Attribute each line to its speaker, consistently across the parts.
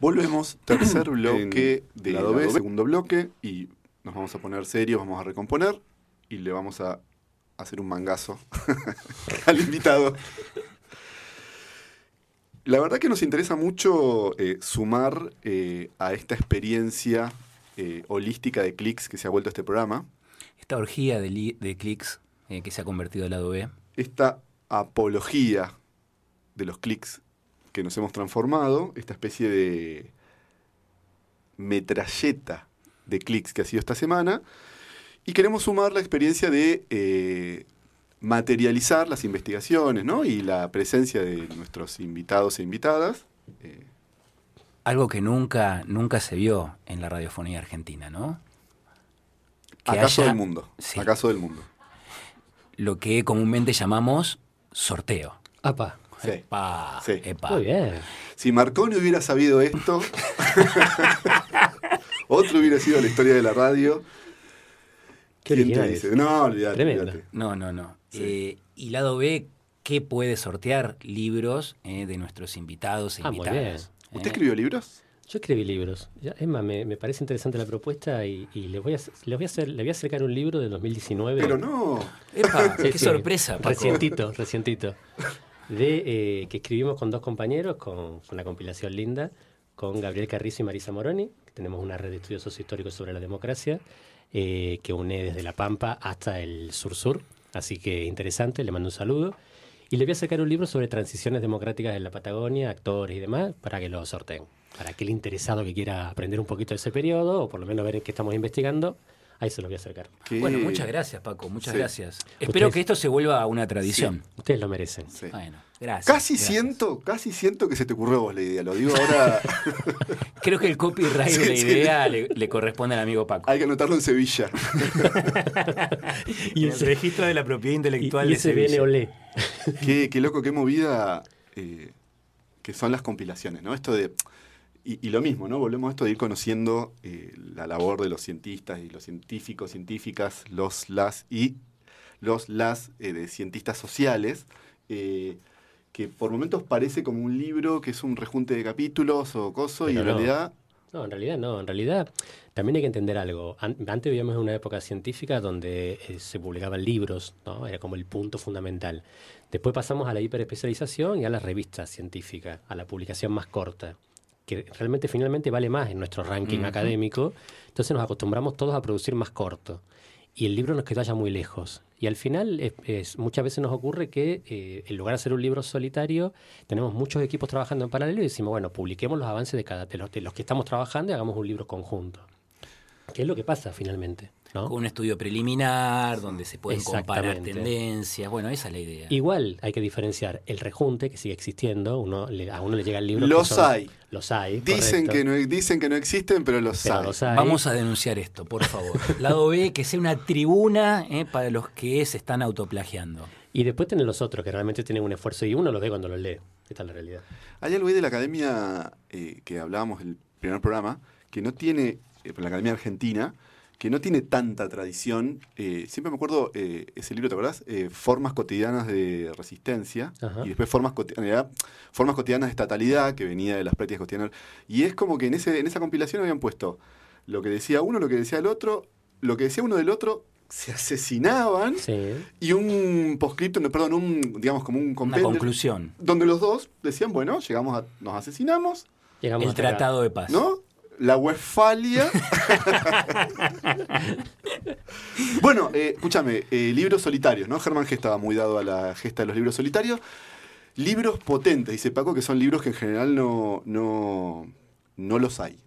Speaker 1: Volvemos, tercer bloque
Speaker 2: En
Speaker 1: de
Speaker 2: lado
Speaker 1: lado B,
Speaker 2: B.
Speaker 1: segundo bloque, y nos vamos a poner serios, vamos a recomponer y le vamos a hacer un mangazo al invitado. La verdad que nos interesa mucho eh, sumar eh, a esta experiencia eh, holística de clics que se ha vuelto este programa,
Speaker 3: Esta orgía de, li- de clics eh, que se ha convertido al lado B.
Speaker 1: esta apología de los clics que nos hemos transformado, esta especie de metralleta de clics que ha sido esta semana, y queremos sumar la experiencia de eh, materializar las investigaciones ¿no? y la presencia de nuestros invitados e invitadas. eh,
Speaker 3: Algo que nunca, nunca se vio en la radiofonía argentina, ¿no? Que
Speaker 1: acaso
Speaker 3: haya
Speaker 1: del mundo.
Speaker 3: Sí.
Speaker 1: Acaso del mundo.
Speaker 3: Lo que comúnmente llamamos sorteo.
Speaker 4: Apa.
Speaker 1: Sí.
Speaker 3: Epa,
Speaker 1: Sí.
Speaker 3: epa.
Speaker 4: Muy bien.
Speaker 1: Si Marconi hubiera sabido esto, otro hubiera sido la historia de la radio.
Speaker 4: Qué
Speaker 1: ¿Quién te
Speaker 4: originales.
Speaker 1: dice? No, olvídate.
Speaker 4: Tremendo.
Speaker 1: olvídate.
Speaker 3: No, no, no.
Speaker 1: Sí.
Speaker 3: Eh, y lado B, ¿qué puede sortear? Libros eh, de nuestros invitados e
Speaker 4: Ah, muy
Speaker 3: invitadas.
Speaker 1: ¿Usted
Speaker 3: Eh,
Speaker 1: escribió libros?
Speaker 4: Yo escribí libros. Ya, Es más, me, me parece interesante la propuesta y, y les voy a, les voy a hacer, le voy a acercar un libro del 2019.
Speaker 1: Pero no.
Speaker 3: epa,
Speaker 4: Sí,
Speaker 3: qué
Speaker 4: sí.
Speaker 3: sorpresa, Paco.
Speaker 4: Recientito, recientito. De, eh, que escribimos con dos compañeros, con, con la compilación linda, con Gabriel Carrizo y Marisa Moroni. que Tenemos una red de estudios sociohistóricos sobre la democracia eh, que une desde La Pampa hasta el sur-sur. Así que interesante, le mando un saludo. Y le voy a sacar un libro sobre transiciones democráticas en la Patagonia, actores y demás, para que lo sorteen. Para aquel interesado que quiera aprender un poquito de ese periodo, o por lo menos ver en qué estamos investigando, ahí se lo voy a acercar.
Speaker 1: Qué-
Speaker 3: Bueno, muchas gracias, Paco. Muchas
Speaker 1: Sí.
Speaker 3: gracias. Espero
Speaker 4: Ustedes-
Speaker 3: que esto se vuelva una tradición.
Speaker 4: Ustedes lo merecen.
Speaker 1: Sí.
Speaker 3: Bueno, gracias.
Speaker 1: Casi
Speaker 3: gracias.
Speaker 1: siento, casi siento que se te ocurrió a vos la idea. Lo digo ahora,
Speaker 3: Creo que el copyright
Speaker 1: Sí,
Speaker 3: de la
Speaker 1: sí.
Speaker 3: idea le, le corresponde al amigo Paco.
Speaker 1: hay que anotarlo en Sevilla.
Speaker 4: Y ese-
Speaker 3: registro de la propiedad intelectual
Speaker 4: y, y ese viene olé.
Speaker 1: Qué, qué loco, qué movida eh, que son las compilaciones, ¿no? Esto de. Y, y lo mismo, ¿no? Volvemos a esto de ir conociendo eh, la labor de los cientistas y los científicos, científicas, los, las y los, las eh, de cientistas sociales, eh, que por momentos parece como un libro que es un rejunte de capítulos o coso, y
Speaker 4: Pero
Speaker 1: en
Speaker 4: no.
Speaker 1: realidad.
Speaker 4: No, en realidad no. En realidad también hay que entender algo. An- Antes vivíamos en una época científica donde eh, se publicaban libros, ¿no? Era como el punto fundamental. Después pasamos a la hiperespecialización y a las revistas científicas, a la publicación más corta, que realmente finalmente vale más en nuestro ranking
Speaker 3: Ujú.
Speaker 4: académico. Entonces nos acostumbramos todos a producir más corto. Y el libro nos quedó ya muy lejos. Y al final es- es- muchas veces nos ocurre que eh, en lugar de hacer un libro solitario, tenemos muchos equipos trabajando en paralelo y decimos, bueno, publiquemos los avances de, cada, de, los, de los que estamos trabajando y hagamos un libro conjunto. ¿Qué es lo que pasa finalmente? ¿no?
Speaker 3: Con un estudio preliminar donde se pueden comparar
Speaker 4: Exactamente.
Speaker 3: tendencias. Bueno, esa es la idea.
Speaker 4: Igual hay que diferenciar el rejunte, que sigue existiendo, uno le- a uno le llega el libro. que
Speaker 1: Los
Speaker 4: son-
Speaker 1: hay.
Speaker 4: Los hay.
Speaker 1: Dicen
Speaker 4: correcto.
Speaker 1: que, no, dicen que no existen, pero los
Speaker 4: Pero
Speaker 1: saben.
Speaker 4: los hay.
Speaker 3: Vamos a denunciar esto, por favor. Lado B, que sea una tribuna eh, para los que se están autoplagiando.
Speaker 4: Y después tienen los otros, que realmente tienen un esfuerzo y uno los ve cuando los lee. Esta es la realidad.
Speaker 1: Hay algo ahí de la academia eh, que hablábamos en el primer programa, que no tiene, eh, la academia argentina, que no tiene tanta tradición. eh, siempre me acuerdo eh, ese libro, ¿te acordás? Eh, Formas cotidianas de resistencia
Speaker 4: Ajá.
Speaker 1: y después Formas, coti- en realidad, Formas cotidianas de estatalidad, que venía de las prácticas cotidianas. Y es como que en, ese, en esa compilación habían puesto lo que decía uno, lo que decía el otro, lo que decía uno del otro, se asesinaban
Speaker 4: Sí.
Speaker 1: y un poscripto, no, perdón, un, digamos como un
Speaker 3: Una
Speaker 1: compendio
Speaker 3: conclusión.
Speaker 1: donde los dos decían, bueno, llegamos a, nos asesinamos,
Speaker 4: Llegamos
Speaker 3: El
Speaker 4: hasta acá.
Speaker 3: tratado de paz.
Speaker 1: ¿no? La Westfalia. bueno, eh, escúchame, eh, libros solitarios, ¿no? Germán G estaba muy dado a la gesta de los libros solitarios. Libros potentes, dice Paco, que son libros que en general no, no, no los hay.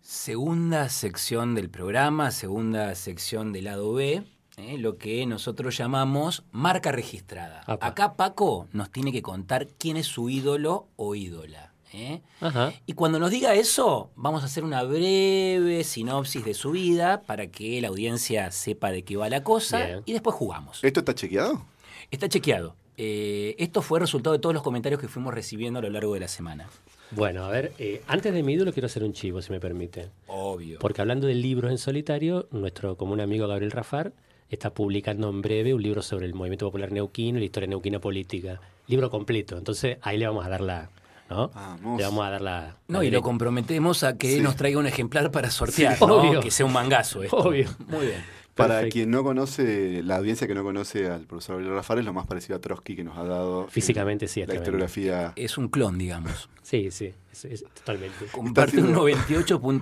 Speaker 3: Segunda sección del programa, segunda sección del lado B, eh, lo que nosotros llamamos marca registrada.
Speaker 4: Apa.
Speaker 3: Acá Paco nos tiene que contar quién es su ídolo o ídola. eh.
Speaker 4: Ajá.
Speaker 3: Y cuando nos diga eso, vamos a hacer una breve sinopsis de su vida para que la audiencia sepa de qué va la cosa
Speaker 4: Bien.
Speaker 3: y después jugamos.
Speaker 1: ¿Esto está chequeado?
Speaker 3: Está chequeado. Eh, esto fue resultado de todos los comentarios que fuimos recibiendo a lo largo de la semana.
Speaker 4: Bueno, a ver, eh, antes de mi ídolo quiero hacer un chivo, si me permite.
Speaker 3: Obvio.
Speaker 4: Porque hablando de libros en solitario, nuestro común amigo Gabriel Rafar está publicando en breve un libro sobre el movimiento popular neuquino y la historia neuquina política. Libro completo. Entonces ahí le vamos a dar la, ¿no?
Speaker 1: Vamos.
Speaker 4: Le vamos a dar la...
Speaker 3: No, y
Speaker 4: la
Speaker 3: lo
Speaker 4: directa.
Speaker 3: comprometemos a que
Speaker 1: Sí.
Speaker 3: nos traiga un ejemplar para sortear,
Speaker 4: Sí,
Speaker 3: ¿no?
Speaker 4: obvio.
Speaker 3: Que sea un mangazo esto.
Speaker 4: Obvio.
Speaker 3: Muy bien.
Speaker 1: Para
Speaker 4: Perfecto.
Speaker 1: quien no conoce, la audiencia que no conoce al profesor Gabriel Rafael es lo más parecido a Trotsky que nos ha dado eh,
Speaker 4: Físicamente sí, Eh, es
Speaker 1: la
Speaker 4: tremendo.
Speaker 1: historiografía.
Speaker 3: Es un clon, digamos.
Speaker 4: Sí, sí, es- es- totalmente.
Speaker 3: Comparte un
Speaker 1: haciendo-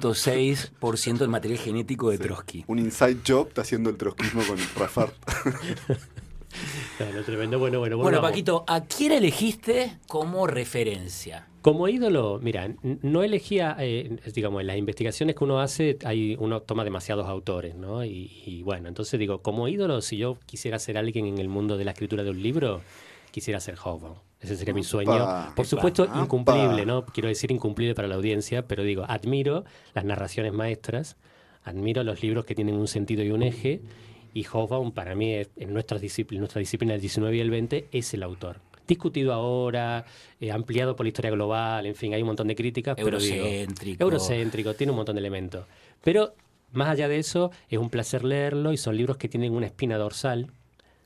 Speaker 3: 98.6% del material genético de Trotsky.
Speaker 1: Un inside job está haciendo el trotskismo con Rafael.
Speaker 4: No, no, tremendo. Bueno, bueno,
Speaker 3: Bueno,
Speaker 4: volvamos.
Speaker 3: Paquito, ¿a quién elegiste como referencia?
Speaker 4: Como ídolo, mira, n- no elegía, eh, digamos, en las investigaciones que uno hace, hay, uno toma demasiados autores, ¿no? Y, y bueno, entonces digo, como ídolo, si yo quisiera ser alguien en el mundo de la escritura de un libro, quisiera ser Hoffman. Ese sería mi sueño.
Speaker 1: Opa.
Speaker 4: Por supuesto,
Speaker 1: Opa.
Speaker 4: incumplible, ¿no? Quiero decir incumplible para la audiencia, pero digo, admiro las narraciones maestras, admiro los libros que tienen un sentido y un eje, y Hobbaum para mí es- en nuestras disciplinas, nuestra disciplina del 19 y el 20 es el autor. Discutido ahora, eh, ampliado por la historia global, en fin, hay un montón de críticas, pero digo,
Speaker 3: Eurocéntrico.
Speaker 4: eurocéntrico, tiene un montón de elementos. Pero más allá de eso, es un placer leerlo y son libros que tienen una espina dorsal,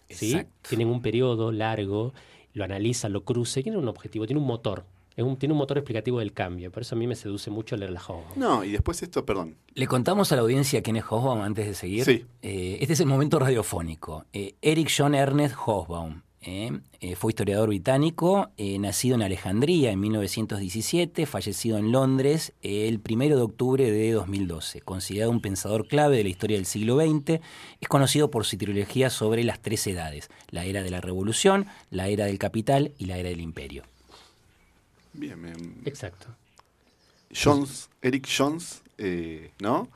Speaker 4: ¿sí?
Speaker 3: Exacto.
Speaker 4: Tienen un periodo largo, lo analiza, lo cruce, tiene un objetivo, tiene un motor. Es un- tiene un motor explicativo del cambio. Por eso a mí me seduce mucho leer la Hoffman.
Speaker 1: No, y después esto, perdón.
Speaker 3: Le contamos a la audiencia quién es Hosbaum antes de seguir.
Speaker 1: Sí.
Speaker 3: Eh, este es el momento radiofónico. Eh, Eric John Ernest Hosbaum eh, eh, fue historiador británico, eh, nacido en Alejandría en 1917, fallecido en Londres el 1 de octubre de 2012. Considerado un pensador clave de la historia del siglo XX, es conocido por su trilogía sobre las tres edades, la era de la revolución, la era del capital y la era del imperio.
Speaker 1: Bien, me-
Speaker 3: Eh,
Speaker 4: Exacto.
Speaker 1: Jones, Eric Jones, eh, ¿no?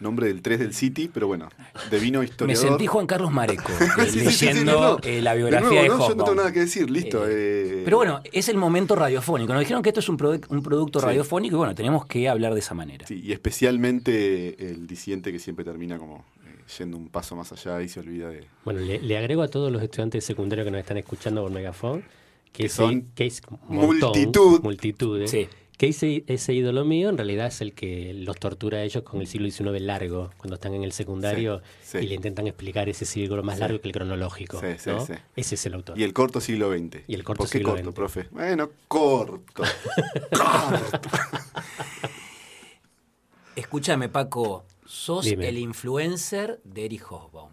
Speaker 1: Nombre del 3 del City, pero bueno, de vino
Speaker 3: Me
Speaker 1: historiador.
Speaker 3: sentí Juan Carlos Mareco eh,
Speaker 1: Sí, sí, sí, sí,
Speaker 3: leyendo
Speaker 1: no, no.
Speaker 3: eh, la
Speaker 1: De
Speaker 3: biografía
Speaker 1: nuevo,
Speaker 3: de
Speaker 1: ¿no?
Speaker 3: Hobsbawm.
Speaker 1: Yo no tengo nada que decir, listo. eh,
Speaker 3: Pero bueno, es el momento radiofónico. Nos dijeron que esto es un, produ- un producto
Speaker 1: Sí.
Speaker 3: radiofónico y bueno, tenemos que hablar de esa manera.
Speaker 1: Sí, y especialmente el disidente que siempre termina como eh, yendo un paso más allá y se olvida de...
Speaker 4: Bueno, le, le agrego a todos los estudiantes secundarios que nos están escuchando por megafón que,
Speaker 1: Que
Speaker 4: ese-
Speaker 1: son
Speaker 4: que es un montón,
Speaker 1: multitud.
Speaker 4: multitudes,
Speaker 3: Sí.
Speaker 4: que ese, ese ídolo mío en realidad es el que los tortura a ellos con el siglo XIX largo, cuando están en el secundario
Speaker 1: Sí, sí.
Speaker 4: y le intentan explicar ese siglo más
Speaker 1: Sí.
Speaker 4: largo que el cronológico.
Speaker 1: Sí, sí,
Speaker 4: ¿no?
Speaker 1: sí.
Speaker 4: Ese es el autor.
Speaker 1: Y el corto siglo XX.
Speaker 4: Y el corto
Speaker 1: ¿Por qué
Speaker 4: siglo
Speaker 1: corto,
Speaker 4: XX?
Speaker 1: profe? Bueno, corto. corto.
Speaker 3: Escúchame, Paco, sos
Speaker 4: Dime.
Speaker 3: el influencer de Eric Hosbaum.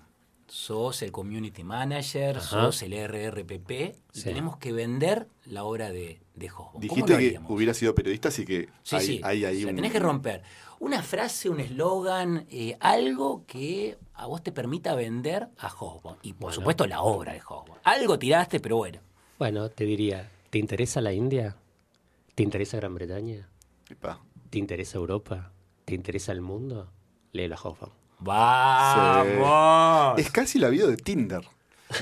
Speaker 3: Sos el community manager,
Speaker 4: Ajá.
Speaker 3: sos el RRPP. y
Speaker 4: Sí.
Speaker 3: Tenemos que vender la obra de, de Hosbaum. ¿Cómo
Speaker 1: Dijiste
Speaker 3: lo
Speaker 1: que
Speaker 3: haríamos?
Speaker 1: hubiera sido periodista, así que
Speaker 3: Sí,
Speaker 1: hay,
Speaker 3: sí.
Speaker 1: hay ahí
Speaker 3: La
Speaker 1: un-
Speaker 3: tenés que romper. Una frase, un eslogan, eh, algo que a vos te permita vender a Hosbaum. Y por
Speaker 4: Bueno.
Speaker 3: supuesto la obra de Hosbaum. Algo tiraste, pero bueno.
Speaker 4: Bueno, te diría, ¿te interesa la India? ¿Te interesa Gran Bretaña?
Speaker 1: Epa.
Speaker 4: ¿Te interesa Europa? ¿Te interesa el mundo? Lee la Hoffman.
Speaker 3: ¡Vamos!
Speaker 1: Es casi la vida de Tinder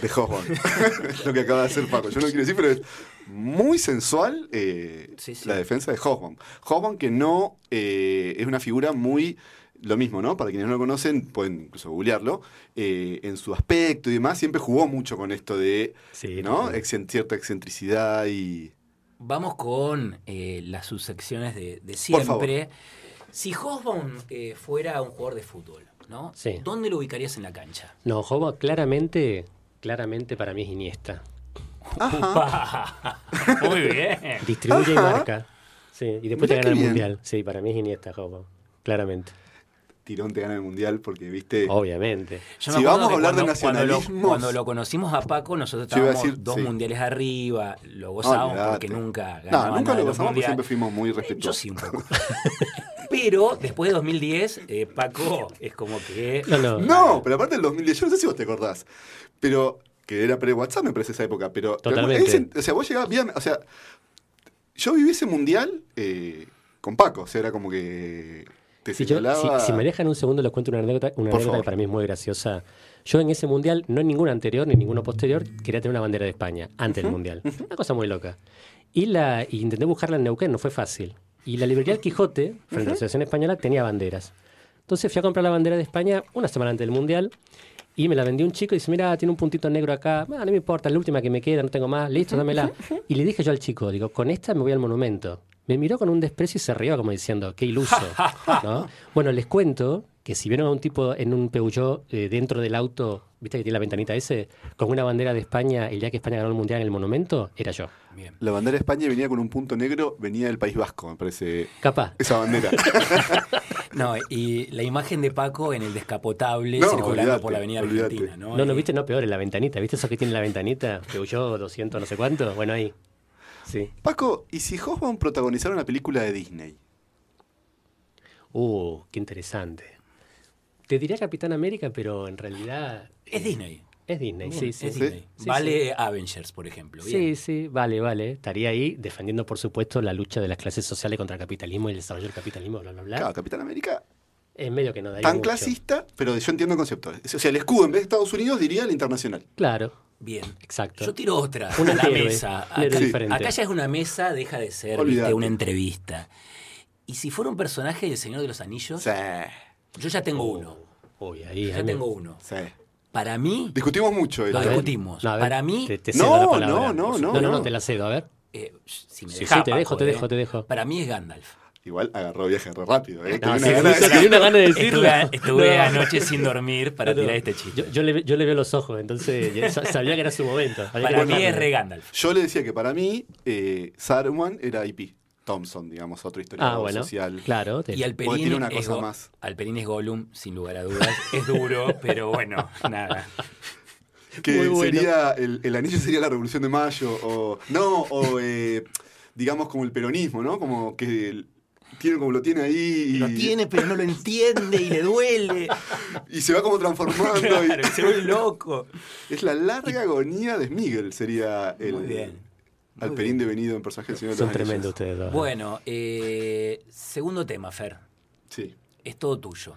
Speaker 1: de Hosbaum. Es lo que acaba de hacer Paco. Yo no quiero decir, pero es muy sensual eh,
Speaker 3: Sí, sí.
Speaker 1: la defensa de Hosbaum. Hosbaum que no eh, es una figura muy... Lo mismo, ¿no? Para quienes no lo conocen, pueden incluso googlearlo. eh, en su aspecto y demás, siempre jugó mucho con esto de,
Speaker 4: Sí,
Speaker 1: ¿no?
Speaker 4: totalmente.
Speaker 1: Excen- cierta excentricidad y...
Speaker 3: Vamos con eh, las subsecciones de, de siempre. Si Hosbaum eh, fuera un jugador de fútbol, ¿no?
Speaker 4: Sí.
Speaker 3: ¿Dónde lo ubicarías en la cancha?
Speaker 4: No, Hobo claramente, claramente para mí es Iniesta.
Speaker 3: Muy bien.
Speaker 4: Distribuye y
Speaker 1: Ajá.
Speaker 4: marca. Sí, y después te
Speaker 1: Mirá
Speaker 4: gana
Speaker 1: qué
Speaker 4: el
Speaker 1: bien.
Speaker 4: mundial. Sí, para mí es Iniesta, Hobo. Claramente.
Speaker 1: Tirón te gana el mundial porque, viste...
Speaker 4: Obviamente.
Speaker 3: Yo
Speaker 1: Si
Speaker 3: me acuerdo
Speaker 1: vamos a
Speaker 3: que
Speaker 1: hablar de
Speaker 3: lo-
Speaker 1: nacionalismos-
Speaker 3: cuando lo conocimos a Paco, nosotros
Speaker 1: Yo iba a
Speaker 3: estábamos
Speaker 1: decir,
Speaker 3: dos
Speaker 1: sí.
Speaker 3: mundiales arriba, lo gozábamos porque nunca ganamos.
Speaker 1: No, nunca lo gozamos porque siempre fuimos muy
Speaker 3: Eh, Yo
Speaker 1: respetuosos.
Speaker 3: sí un poco. Pero después de 2010, eh, Paco es como que.
Speaker 4: No, no.
Speaker 1: No, pero aparte del 2010, yo no sé si vos te acordás, pero que era pre-WhatsApp, me parece esa época, pero...
Speaker 4: Totalmente.
Speaker 1: ese- o sea, vos llegabas bien, o sea, yo viví ese mundial eh, con Paco, o sea, era como que te
Speaker 4: Si, yo-
Speaker 1: señalaba...
Speaker 4: si- si me dejan un segundo, les cuento una anécdota, una
Speaker 1: Por
Speaker 4: anécdota
Speaker 1: favor.
Speaker 4: que para mí es muy graciosa. Yo en ese mundial, no en ninguno anterior ni ninguno posterior, quería tener una bandera de España antes del mundial. Una cosa muy loca. Y, la, y intenté buscarla en Neuquén, no fue fácil. Y la librería El Quijote, frente a la Asociación Española, tenía banderas. Entonces fui a comprar la bandera de España una semana antes del mundial y me la vendió un chico y dice, mira, tiene un puntito negro acá, Ah, no me importa, es la última que me queda, no tengo más, listo, dámela. Y le dije yo al chico, digo, con esta me voy al monumento. Me miró con un desprecio y se rió como diciendo, qué iluso. ¿no? Bueno, les cuento que si vieron a un tipo en un Peugeot eh, dentro del auto, viste que tiene la ventanita ese, con una bandera de España el día que España ganó el Mundial en el monumento, era yo.
Speaker 3: Bien.
Speaker 1: La bandera de España venía con un punto negro, venía del País Vasco, me parece.
Speaker 4: Capaz.
Speaker 1: Esa bandera.
Speaker 3: No, y la imagen de Paco en el descapotable
Speaker 1: No,
Speaker 3: circulando
Speaker 1: olvídate,
Speaker 3: por la Avenida
Speaker 1: olvídate.
Speaker 3: Argentina, ¿no?
Speaker 4: No, no,
Speaker 3: Eh,
Speaker 4: viste, no, peor, en la ventanita. ¿Viste eso que tiene la ventanita? Peugeot 200, no sé cuánto. Bueno, ahí. Sí.
Speaker 1: Paco, ¿y si Hoffman protagonizara una película de Disney?
Speaker 4: ¿Eh? Uh, qué interesante. Te diría Capitán América, pero en realidad. eh,
Speaker 3: Es Disney.
Speaker 4: Es Disney, sí,
Speaker 3: Bien,
Speaker 4: sí.
Speaker 3: es
Speaker 1: Sí.
Speaker 3: Disney.
Speaker 4: Sí,
Speaker 3: vale Avengers, por ejemplo.
Speaker 4: Sí,
Speaker 3: Bien.
Speaker 4: sí, vale, vale. Estaría ahí defendiendo, por supuesto, la lucha de las clases sociales contra el capitalismo y el desarrollo del capitalismo, bla, bla, bla.
Speaker 1: Claro, Capitán América,
Speaker 4: Es medio que no daría.
Speaker 1: tan
Speaker 4: mucho.
Speaker 1: clasista, pero yo entiendo el concepto. O sea, el escudo en vez de Estados Unidos diría el internacional.
Speaker 4: Claro,
Speaker 3: Bien.
Speaker 4: exacto.
Speaker 3: Yo tiro otra
Speaker 4: Un
Speaker 3: a la
Speaker 4: héroe,
Speaker 3: mesa.
Speaker 4: un héroe
Speaker 3: Acá,
Speaker 4: diferente.
Speaker 3: acá ya es una mesa, deja de ser
Speaker 1: Olvídate.
Speaker 3: viste, una entrevista. Y si fuera un personaje del Señor de los Anillos,
Speaker 1: Sí,
Speaker 3: yo ya tengo uno.
Speaker 4: Uh, Uy, ahí.
Speaker 3: Ya
Speaker 4: ahí me-
Speaker 3: tengo uno.
Speaker 1: sí.
Speaker 3: Para mí,
Speaker 1: Discutimos mucho.
Speaker 3: Lo
Speaker 1: esto.
Speaker 4: A ver,
Speaker 3: discutimos.
Speaker 4: no, a ver,
Speaker 3: Para mí-
Speaker 4: te- te
Speaker 1: No,
Speaker 4: cedo la palabra.
Speaker 1: no, no,
Speaker 4: No,
Speaker 1: no,
Speaker 4: no,
Speaker 1: no.
Speaker 4: te la cedo, a ver.
Speaker 3: eh, si me
Speaker 4: Sí,
Speaker 3: deja,
Speaker 4: sí, te dejo,
Speaker 3: Paco,
Speaker 4: te
Speaker 3: eh,
Speaker 4: dejo, te dejo.
Speaker 3: Para mí es Gandalf.
Speaker 1: Igual agarró viaje re rápido. ¿eh?
Speaker 4: No,
Speaker 1: Tenía
Speaker 4: sí,
Speaker 1: una
Speaker 4: sí,
Speaker 1: gana de
Speaker 4: sí,
Speaker 1: decir-
Speaker 4: tenía una gana de decirlo.
Speaker 3: Estuve, estuve
Speaker 4: No.
Speaker 3: anoche sin dormir para
Speaker 4: No, no.
Speaker 3: tirar este chiste.
Speaker 4: Yo, yo le, yo le veo los ojos, entonces ya sa- sabía que era su momento. sabía que
Speaker 3: para
Speaker 4: era
Speaker 3: mí es
Speaker 4: rápido.
Speaker 3: re Gandalf.
Speaker 1: Yo le decía que para mí, eh, Saruman era IP. Thompson, digamos, otro historiador
Speaker 4: Ah, bueno.
Speaker 1: social.
Speaker 4: Claro. te-
Speaker 3: Y Alperín,
Speaker 1: Porque tiene una
Speaker 3: es
Speaker 1: cosa
Speaker 3: Go-
Speaker 1: más.
Speaker 3: Alperín es Gollum, sin lugar a dudas. Es duro, pero bueno, nada.
Speaker 1: Que
Speaker 4: Muy bueno.
Speaker 1: sería, el, el anillo sería la Revolución de Mayo, o no, o eh, digamos como el peronismo, ¿no? Como que el- tiene como lo tiene ahí y,
Speaker 3: Lo tiene, pero no lo entiende y le duele.
Speaker 1: y se va como transformando. y-
Speaker 3: Claro, se vuelve loco.
Speaker 1: es la larga agonía de Smigel, sería el,
Speaker 3: Muy bien. Muy
Speaker 1: Alperín devenido en personaje del Señor de
Speaker 4: Son
Speaker 1: los Anillos.
Speaker 4: tremendos ustedes dos.
Speaker 3: Bueno, eh, segundo tema, Fer.
Speaker 1: Sí.
Speaker 3: Es todo tuyo.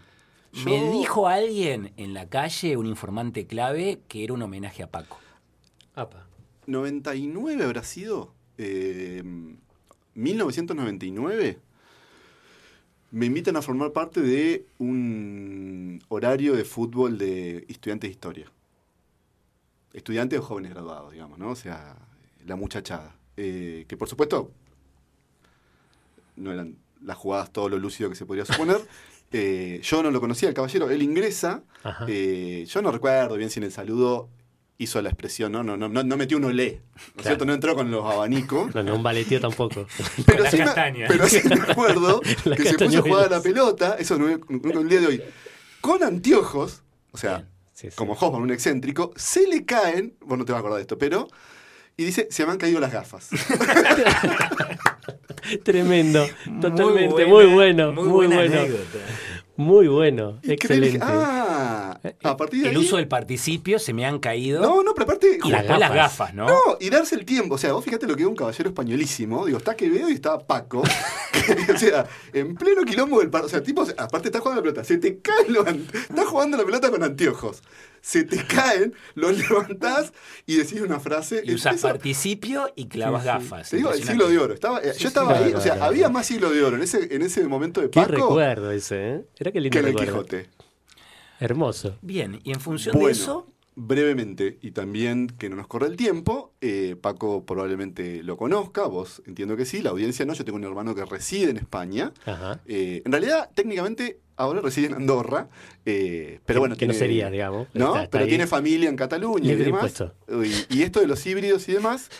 Speaker 1: Yo-
Speaker 3: Me dijo alguien en la calle, un informante clave, que era un homenaje a Paco.
Speaker 4: Apa.
Speaker 1: 99 habrá sido. eh, 1999. Me invitan a formar parte de un horario de fútbol de estudiantes de historia. Estudiantes o jóvenes graduados, digamos, ¿no? O sea, la muchachada. Eh, que por supuesto no eran las jugadas todo lo lúcido que se podría suponer. Eh, yo no lo conocía, el caballero. Él ingresa
Speaker 4: Ajá.
Speaker 1: eh, yo no recuerdo bien si en el saludo hizo la expresión, no, no, no, no, no metió un olé. ¿no es
Speaker 4: Claro.
Speaker 1: cierto? No entró con los abanicos.
Speaker 4: No, no, un baletío tampoco.
Speaker 1: Pero
Speaker 3: Con la
Speaker 1: sí, me,
Speaker 3: castaña.
Speaker 1: pero sí me acuerdo
Speaker 4: La
Speaker 1: que se puso
Speaker 4: castaña
Speaker 1: a jugar a
Speaker 4: veloz.
Speaker 1: la pelota, eso no es no es el día de hoy, con anteojos, o sea,
Speaker 4: Sí, sí.
Speaker 1: como Hoffman, un excéntrico, se le caen, vos no te vas a acordar de esto, pero, y dice, se me han caído las gafas.
Speaker 4: Tremendo. Totalmente.
Speaker 3: buena,
Speaker 4: Muy, bueno.
Speaker 3: muy
Speaker 4: Muy,
Speaker 3: buena
Speaker 4: bueno.
Speaker 3: anécdota.
Speaker 4: Muy bueno.
Speaker 1: Y creo que dije,
Speaker 4: Excelente.
Speaker 1: ah, a partir de
Speaker 3: Eh, El
Speaker 1: ahí-
Speaker 3: uso del participio se me han caído.
Speaker 1: No, no, pero aparte...
Speaker 3: y las,
Speaker 4: las
Speaker 3: las
Speaker 4: gafas.
Speaker 3: gafas, ¿no?
Speaker 1: No, y darse el tiempo. O sea, vos fíjate lo que es un caballero españolísimo. Digo, está Quevedo y está Paco. o sea, en pleno quilombo del par. O sea, tipo, aparte está jugando la pelota. Se te caen los. an- Estás jugando la pelota con anteojos. Se te caen, los levantás y decís una frase.
Speaker 3: Y usas
Speaker 1: Eso-
Speaker 3: participio y clavas gafas.
Speaker 1: Te digo, el
Speaker 3: Impresionante.
Speaker 1: siglo de oro. Estaba, eh,
Speaker 4: Sí, sí,
Speaker 1: yo estaba
Speaker 4: claro,
Speaker 1: ahí. O sea,
Speaker 4: claro,
Speaker 1: había
Speaker 4: claro.
Speaker 1: más siglo de oro en ese, en ese momento de
Speaker 4: Qué
Speaker 1: Paco
Speaker 4: recuerdo ese, ¿eh? Era que
Speaker 1: que
Speaker 4: lindo
Speaker 1: en el
Speaker 4: recuerdo.
Speaker 1: Quijote.
Speaker 4: Hermoso.
Speaker 3: Bien, y en función
Speaker 1: Bueno,
Speaker 3: de eso,
Speaker 1: brevemente, y también que no nos corra el tiempo, eh, Paco probablemente lo conozca, vos entiendo que sí, la audiencia no, yo tengo un hermano que reside en España,
Speaker 4: Ajá.
Speaker 1: Eh, en realidad técnicamente ahora reside en Andorra, eh, pero bueno...
Speaker 4: que no
Speaker 1: tiene-
Speaker 4: sería, digamos.
Speaker 1: ¿no?
Speaker 4: Está- está
Speaker 1: pero
Speaker 4: ahí.
Speaker 1: tiene familia en Cataluña y
Speaker 4: Libre
Speaker 1: demás.
Speaker 4: impuesto.
Speaker 1: Y, y esto de los híbridos y demás.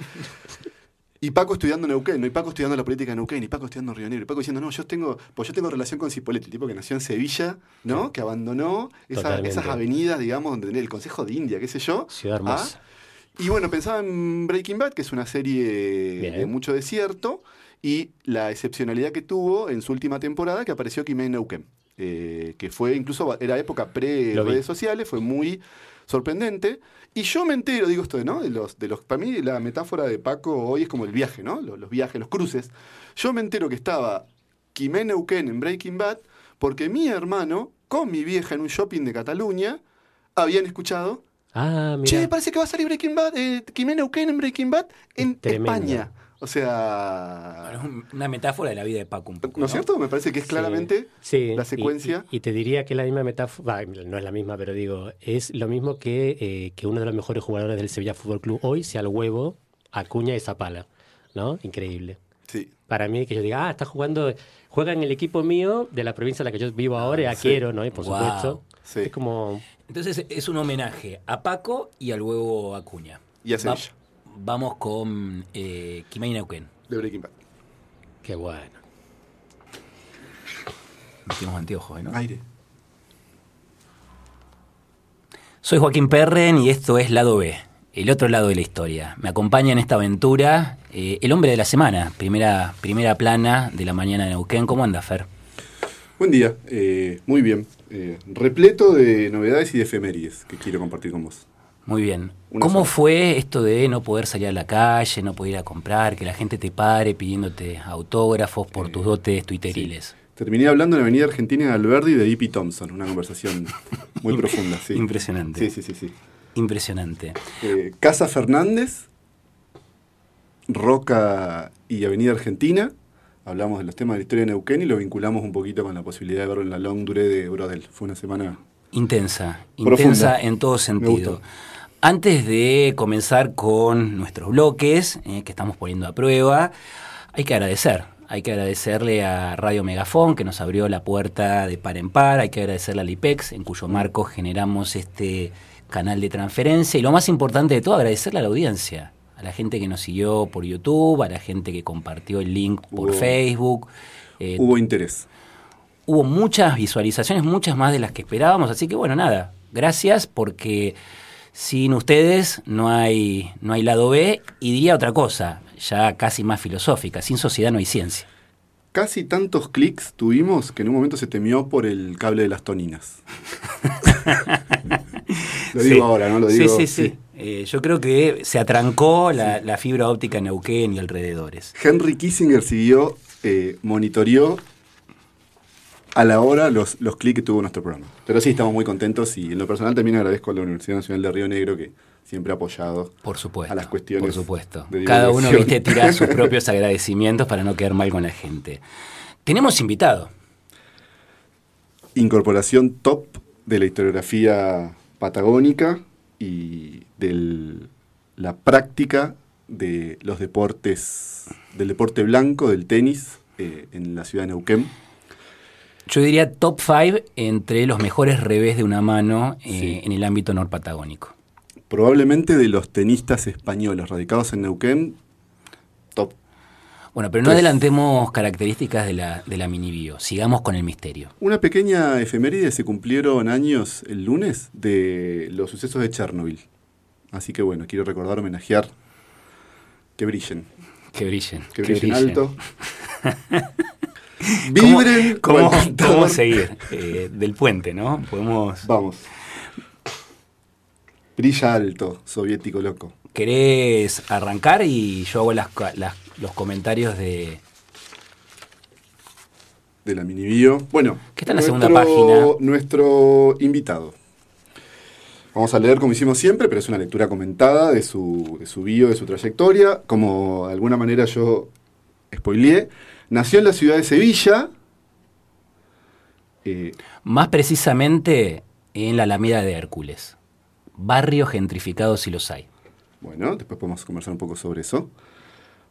Speaker 1: Y Paco estudiando en Neuquén, ¿no? y Paco estudiando la política de Neuquén, y Paco estudiando en Río Negro, y Paco diciendo, no, yo tengo, pues yo tengo relación con Cipolletti, el tipo que nació en Sevilla, ¿no? Que abandonó esa-
Speaker 4: Totalmente.
Speaker 1: esas avenidas, digamos, donde tenía el Consejo de India, qué sé yo.
Speaker 4: Ciudad hermosa.
Speaker 1: Ah, Y bueno, pensaba en Breaking Bad, que es una serie
Speaker 4: Bien.
Speaker 1: de mucho desierto, y la excepcionalidad que tuvo en su última temporada, que apareció Kimé Neuquén, eh, que fue incluso, va- era época
Speaker 4: Lo vi.
Speaker 1: pre-redes sociales, fue muy sorprendente. Y yo me entero, digo esto, ¿no? De los, de los, para mí la metáfora de Paco hoy es como el viaje, ¿no? Los, los viajes, los cruces. Yo me entero que estaba Quimé Neuquén en Breaking Bad porque mi hermano, con mi vieja en un shopping de Cataluña, habían escuchado
Speaker 4: Ah, mira.
Speaker 1: Che, parece que va a salir Breaking Bad, eh, Quimé Neuquén en Breaking Bad en
Speaker 4: Tremendo.
Speaker 1: España. O sea,
Speaker 3: bueno, una metáfora de la vida de Paco un poco.
Speaker 1: ¿no es cierto? Me parece que es
Speaker 4: Sí.
Speaker 1: claramente
Speaker 4: Sí,
Speaker 1: la
Speaker 4: y-
Speaker 1: secuencia.
Speaker 4: Y, y te diría que la misma metáfora, no es la misma, pero digo, es lo mismo que, eh, que uno de los mejores jugadores del Sevilla Fútbol Club hoy sea al huevo, acuña esa pala. ¿No? Increíble.
Speaker 1: Sí.
Speaker 4: Para mí, que yo diga, ah, está jugando juega en el equipo mío de la provincia en la que yo vivo ahora, y a
Speaker 2: sí.
Speaker 4: Quiero, ¿no? Y por
Speaker 3: Guau.
Speaker 4: supuesto.
Speaker 2: Sí.
Speaker 4: Es como
Speaker 3: Entonces es un homenaje a Paco y al huevo Acuña.
Speaker 2: Y a Sevilla.
Speaker 3: vamos con eh, Kimei Neuquén.
Speaker 2: De Breaking Bad.
Speaker 4: Qué bueno.
Speaker 3: Metimos anteojos, ¿eh, ¿no?
Speaker 2: Aire.
Speaker 3: Soy Joaquín Perren y esto es Lado B, el otro lado de la historia. Me acompaña en esta aventura eh, el hombre de la semana, primera, primera plana de la mañana de Neuquén. ¿Cómo anda, Fer?
Speaker 2: Buen día, eh, muy bien. Eh, repleto de novedades y de efemérides que quiero compartir con vos.
Speaker 3: Muy bien.
Speaker 2: Una
Speaker 3: ¿Cómo
Speaker 2: sola.
Speaker 3: fue esto de no poder salir a la calle, no poder ir a comprar, que la gente te pare pidiéndote autógrafos
Speaker 2: Eh,
Speaker 3: por tus dotes tuiteriles?
Speaker 2: Terminé hablando en la Avenida Argentina de Alberdi de E.P. Thompson, una conversación muy profunda. Sí.
Speaker 3: Impresionante.
Speaker 2: Sí, sí, sí. sí.
Speaker 3: Impresionante.
Speaker 2: Eh, Casa Fernández, Roca y Avenida Argentina. Hablamos de los temas de la historia de Neuquén y lo vinculamos un poquito con la posibilidad de verlo en la long durée de Brodel. Fue una semana
Speaker 3: Intensa,
Speaker 2: Profunda.
Speaker 3: intensa en todo sentido.
Speaker 2: gustó.
Speaker 3: Antes de comenzar con nuestros bloques eh, que estamos poniendo a prueba, hay que agradecer. Hay que agradecerle a Radio Megafón que nos abrió la puerta de par en par. Hay que agradecerle al IPEX en cuyo marco generamos este canal de transferencia. Y lo más importante de todo, agradecerle a la audiencia. A la gente que nos siguió por YouTube, a la gente que compartió el link por
Speaker 2: Hubo-
Speaker 3: Facebook. eh,
Speaker 2: Hubo interés.
Speaker 3: hubo muchas visualizaciones, muchas más de las que esperábamos, así que bueno, nada, gracias porque sin ustedes no hay, no hay lado B y diría otra cosa, ya casi más filosófica, sin sociedad no hay ciencia.
Speaker 2: Casi tantos clics tuvimos que en un momento se temió por el cable de las toninas. lo digo
Speaker 3: Sí.
Speaker 2: ahora, ¿no? Lo digo.
Speaker 3: sí, sí, sí. Eh, yo creo que se atrancó la, la fibra óptica en Neuquén y alrededores.
Speaker 2: Henry Kissinger siguió, eh, monitoreó a la hora los, los clics que tuvo nuestro programa. Pero sí, estamos muy contentos y en lo personal también agradezco a la Universidad Nacional de Río Negro que siempre ha apoyado.
Speaker 3: Por supuesto.
Speaker 2: A las cuestiones
Speaker 3: Por supuesto.
Speaker 2: de
Speaker 3: Cada uno,
Speaker 2: diversión.
Speaker 3: viste, tirar sus propios agradecimientos para no quedar mal con la gente. Tenemos invitado.
Speaker 2: Incorporación top de la historiografía patagónica y de la práctica de los deportes, del deporte blanco, del tenis, eh, en la ciudad de Neuquén.
Speaker 3: Yo diría top 5 entre los mejores revés de una mano eh,
Speaker 2: Sí.
Speaker 3: en el ámbito norpatagónico.
Speaker 2: Probablemente de los tenistas españoles radicados en Neuquén, top
Speaker 3: Bueno, pero no
Speaker 2: Tres.
Speaker 3: adelantemos características de la, de la mini bio. Sigamos con el misterio.
Speaker 2: Una pequeña efeméride, se cumplieron años el lunes de los sucesos de Chernobyl. Así que bueno, quiero recordar, homenajear, que brillen,
Speaker 3: Que brillen.
Speaker 2: que brillen,
Speaker 3: brillen.
Speaker 2: alto.
Speaker 3: ¿Cómo-
Speaker 2: Vibren, como
Speaker 3: ¿Cómo,
Speaker 2: el contador.
Speaker 3: cómo seguir? Eh, del puente, ¿no? Podemos.
Speaker 2: Vamos. Brilla alto, soviético loco.
Speaker 3: ¿Querés arrancar y yo hago las ca- las- los comentarios de.
Speaker 2: de la mini bio. Bueno,
Speaker 3: ¿Qué está en la segunda página?
Speaker 2: Nuestro invitado. Vamos a leer como hicimos siempre, pero es una lectura comentada de su, de su bio, de su trayectoria. Como de alguna manera yo spoileé, nació en la ciudad de Sevilla. Eh,
Speaker 3: Más precisamente en la Alameda de Hércules. Barrio gentrificado si los hay.
Speaker 2: bueno, después podemos conversar un poco sobre eso.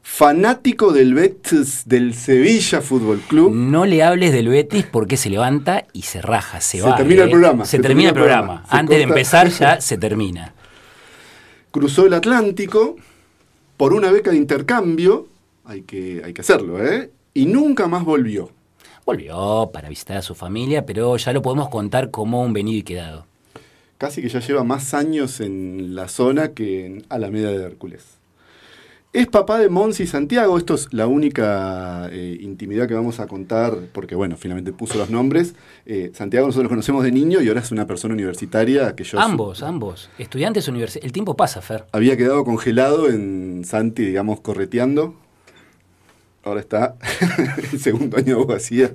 Speaker 2: Fanático del Betis del Sevilla Fútbol Club.
Speaker 3: No le hables del Betis porque se levanta y se raja, se,
Speaker 2: Se
Speaker 3: va. Eh,
Speaker 2: termina el programa,
Speaker 3: Se, termina el programa.
Speaker 2: Se
Speaker 3: Antes de
Speaker 2: corta.
Speaker 3: empezar ya se termina.
Speaker 2: cruzó el Atlántico por una beca de intercambio, hay que, hay que hacerlo, ¿eh? Y nunca más volvió.
Speaker 3: Volvió para visitar a su familia, pero ya lo podemos contar como un venido y quedado.
Speaker 2: Casi que ya lleva más años en la zona que en Alameda de Hércules. Es papá de Monsi Santiago, esto es la única eh, intimidad que vamos a contar, porque bueno, finalmente puso los nombres. Eh, Santiago nosotros lo conocemos de niño y ahora es una persona universitaria que yo...
Speaker 3: ambos, ambos. Estudiantes universitarios. El tiempo pasa, Fer.
Speaker 2: Había quedado congelado en Santi, digamos, correteando. Ahora está el segundo año de abogacía.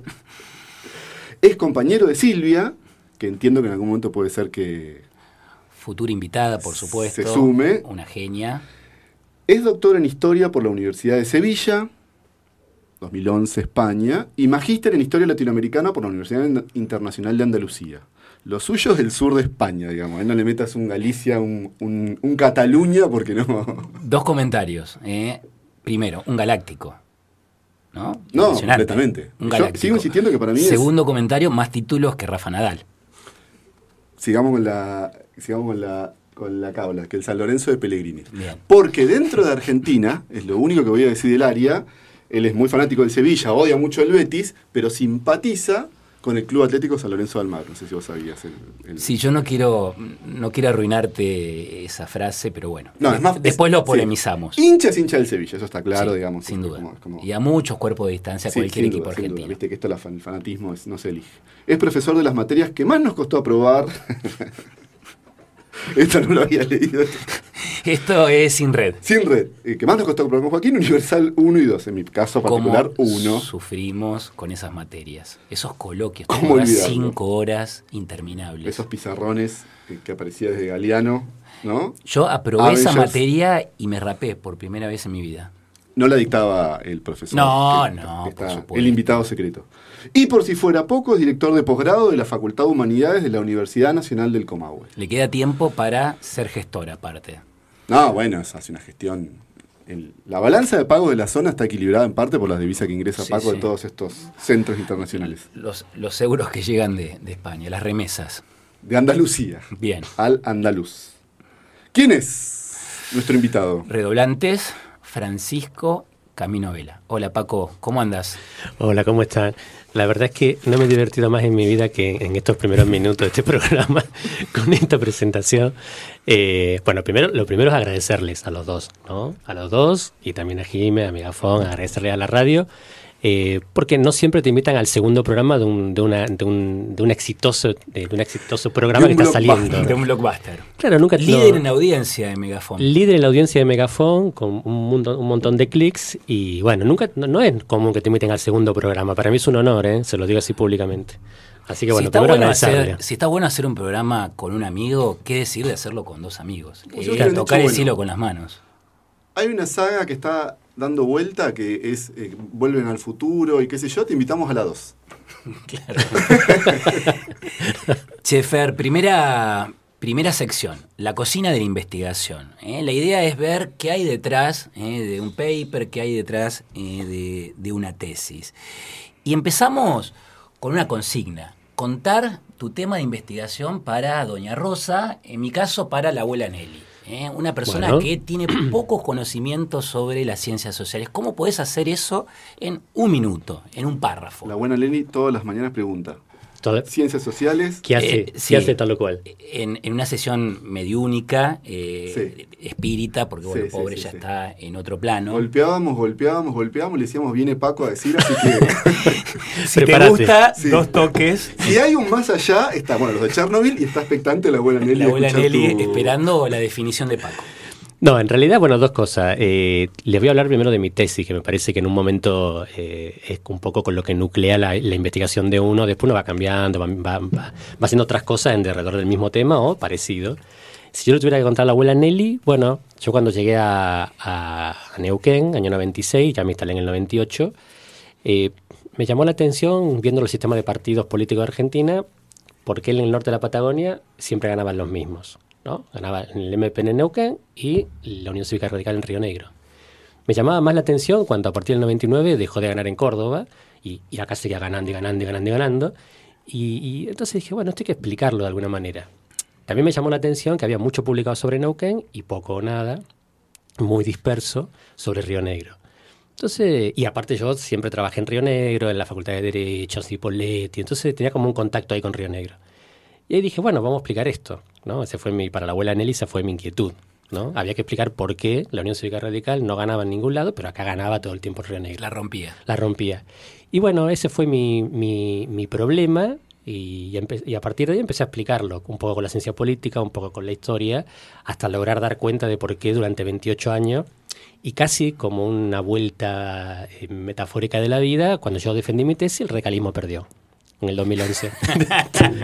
Speaker 2: Es compañero de Silvia, que entiendo que en algún momento puede ser que...
Speaker 3: Futura invitada, por supuesto.
Speaker 2: Se sume.
Speaker 3: Una genia.
Speaker 2: Es doctor en Historia por la Universidad de Sevilla, 2011 España, y magíster en Historia Latinoamericana por la Universidad Ind- Internacional de Andalucía. Lo suyo es del sur de España, digamos. ¿eh? No le metas un Galicia, un, un- un Cataluña, porque no...
Speaker 3: Dos comentarios. eh. Primero, un galáctico. ¿no?
Speaker 2: No,
Speaker 3: Impresionante.
Speaker 2: completamente.
Speaker 3: Un
Speaker 2: Yo
Speaker 3: galáctico.
Speaker 2: sigo insistiendo que para mí es-
Speaker 3: Segundo comentario, más títulos que Rafa Nadal.
Speaker 2: Sigamos con la, sigamos con la, con la cábala, que el San Lorenzo de Pellegrini.
Speaker 3: Bien.
Speaker 2: Porque dentro de Argentina, es lo único que voy a decir del área, él es muy fanático del Sevilla, odia mucho el Betis, pero simpatiza con el Club Atlético San Lorenzo de Almagro. No sé si vos sabías. El, el-
Speaker 3: Sí, yo no quiero, no quiero arruinarte esa frase, pero bueno.
Speaker 2: No, es más-
Speaker 3: Después
Speaker 2: es-
Speaker 3: lo
Speaker 2: sí.
Speaker 3: polemizamos.
Speaker 2: Hincha es hincha del Sevilla, eso está claro,
Speaker 3: Sí,
Speaker 2: digamos.
Speaker 3: Sin
Speaker 2: Es
Speaker 3: duda.
Speaker 2: como- es como-
Speaker 3: Y a muchos cuerpos de distancia,
Speaker 2: Sí,
Speaker 3: cualquier
Speaker 2: sin
Speaker 3: equipo
Speaker 2: duda, sin duda.
Speaker 3: argentino.
Speaker 2: Viste que esto la fan- el fanatismo es- no se elige. Es profesor de las materias que más nos costó aprobar. Esta no lo había leído.
Speaker 3: Esto es sin red.
Speaker 2: Sin red. Eh, que más nos costó aprobar con Joaquín, Universal 1 y 2. En mi caso particular,
Speaker 3: ¿Cómo
Speaker 2: 1.
Speaker 3: sufrimos con esas materias? Esos coloquios,
Speaker 2: ¿Cómo
Speaker 3: te acordás?
Speaker 2: olvidarlo?
Speaker 3: cinco horas interminables.
Speaker 2: Esos pizarrones eh, que aparecía desde Galeano, ¿no?
Speaker 3: Yo aprobé esa
Speaker 2: Avengers.
Speaker 3: materia y me rapé por primera vez en mi vida.
Speaker 2: No la dictaba el profesor.
Speaker 3: No,
Speaker 2: que-
Speaker 3: no,
Speaker 2: que
Speaker 3: por supuesto.
Speaker 2: El invitado secreto. Y por si fuera poco, es director de posgrado de la Facultad de Humanidades de la Universidad Nacional del Comahue.
Speaker 3: Le queda tiempo para ser gestora aparte.
Speaker 2: No, bueno, es hace una gestión. El- la balanza de pago de la zona está equilibrada en parte por las divisas que ingresa
Speaker 3: Sí,
Speaker 2: Paco de
Speaker 3: sí.
Speaker 2: todos estos centros internacionales.
Speaker 3: Los, los euros que llegan de, de España, las remesas.
Speaker 2: De Andalucía
Speaker 3: Bien.
Speaker 2: al andaluz. ¿Quién es nuestro invitado?
Speaker 3: Redoblantes, Francisco Camino Vela. Hola Paco, ¿cómo andas?
Speaker 4: Hola, ¿cómo están? La verdad es que no me he divertido más en mi vida que en estos primeros minutos de este programa con esta presentación. Eh, bueno, primero, lo primero es agradecerles a los dos, ¿no? A los dos y también a Jimé, a Megafón, agradecerle a la radio, eh, porque no siempre te invitan al segundo programa de un, de una, de un, de un exitoso, de un exitoso programa
Speaker 2: De un
Speaker 4: que está
Speaker 2: blockbuster.
Speaker 4: saliendo.
Speaker 3: De un blockbuster.
Speaker 4: Claro, nunca te lo-
Speaker 3: Líder en audiencia de Megafon.
Speaker 4: líder en la audiencia de Megafon, con un, mundo- un montón de clics y bueno, nunca no, no es común que te inviten al segundo programa. Para mí es un honor, ¿eh? se lo digo así públicamente. Así que
Speaker 3: si,
Speaker 4: bueno,
Speaker 3: está
Speaker 4: primero
Speaker 3: bueno
Speaker 4: agradecerle.
Speaker 3: hacer, si está bueno hacer un programa con un amigo, ¿qué decir de hacerlo con dos amigos?
Speaker 2: Pues yo
Speaker 3: Eh,
Speaker 2: creo que
Speaker 3: tocar
Speaker 2: está
Speaker 3: el
Speaker 2: bueno.
Speaker 3: cielo con las manos.
Speaker 2: Hay una saga que está dando vuelta que es eh, Vuelven al futuro y qué sé yo, te invitamos a la 2.
Speaker 3: Chefer, primera, primera sección, la cocina de la investigación. ¿eh? La idea es ver qué hay detrás ¿eh? de un paper, qué hay detrás eh, de, de una tesis. Y empezamos con una consigna, contar tu tema de investigación para Doña Rosa, en mi caso para la abuela Nelly. ¿eh? Una persona
Speaker 4: Bueno.
Speaker 3: que tiene pocos conocimientos sobre las ciencias sociales. ¿Cómo podés hacer eso en un minuto, en un párrafo?
Speaker 2: La buena Leni todas las mañanas pregunta.
Speaker 4: Todo-
Speaker 2: Ciencias sociales.
Speaker 4: ¿Qué hace?
Speaker 3: Eh,
Speaker 4: ¿Qué
Speaker 3: sí.
Speaker 4: hace tal o cual?
Speaker 3: en, en una sesión mediúnica, eh, espírita, porque bueno,
Speaker 2: Sí, sí,
Speaker 3: pobre
Speaker 2: sí,
Speaker 3: ya
Speaker 2: sí.
Speaker 3: está en otro plano.
Speaker 2: Golpeábamos, golpeábamos, golpeábamos, le decíamos, viene Paco a decir, así que...
Speaker 3: Si
Speaker 4: Prepárate.
Speaker 3: te gusta,
Speaker 2: Sí.
Speaker 3: dos toques.
Speaker 2: si hay un más allá, está, bueno, los de Chernobyl y está expectante la abuela Nelly.
Speaker 3: La
Speaker 2: a
Speaker 3: abuela
Speaker 2: escuchar
Speaker 3: Nelly
Speaker 2: tu-
Speaker 3: esperando la definición de Paco.
Speaker 4: No, en realidad, bueno, dos cosas. Eh, les voy a hablar primero de mi tesis, que me parece que en un momento eh, es un poco con lo que nuclea la, la investigación de uno. Después uno va cambiando, va, va- va- va haciendo otras cosas en alrededor del mismo tema o parecido. Si yo le tuviera que contar a la abuela Nelly, bueno, yo cuando llegué a, a- a Neuquén, año 96, ya me instalé en el 98, eh, me llamó la atención, viendo el sistema de partidos políticos de Argentina, porque en el norte de la Patagonia siempre ganaban los mismos. ¿no? Ganaba el MPN en Neuquén y la Unión Cívica Radical en Río Negro. Me llamaba más la atención cuando a partir del 99 dejó de ganar en Córdoba y, y acá seguía ganando y ganando y ganando y ganando. Y, y entonces dije, bueno, esto hay que explicarlo de alguna manera. También me llamó la atención que había mucho publicado sobre Neuquén y poco o nada, muy disperso, sobre Río Negro. Entonces, y aparte yo siempre trabajé en Río Negro, en la Facultad de Derecho, en Cipolletti, entonces tenía como un contacto ahí con Río Negro. Y ahí dije, bueno, vamos a explicar esto, ¿no? Ese fue mi, para la abuela Nelly, esa fue mi inquietud, ¿no? Había que explicar por qué la Unión Cívica Radical no ganaba en ningún lado, pero acá ganaba todo el tiempo en Río Negro
Speaker 3: La rompía.
Speaker 4: la rompía. Y bueno, ese fue mi, mi- mi problema y, empe- y a partir de ahí empecé a explicarlo, un poco con la ciencia política, un poco con la historia, hasta lograr dar cuenta de por qué durante 28 años y casi como una vuelta eh, metafórica de la vida, cuando yo defendí mi tesis, el recalismo perdió en el 2011.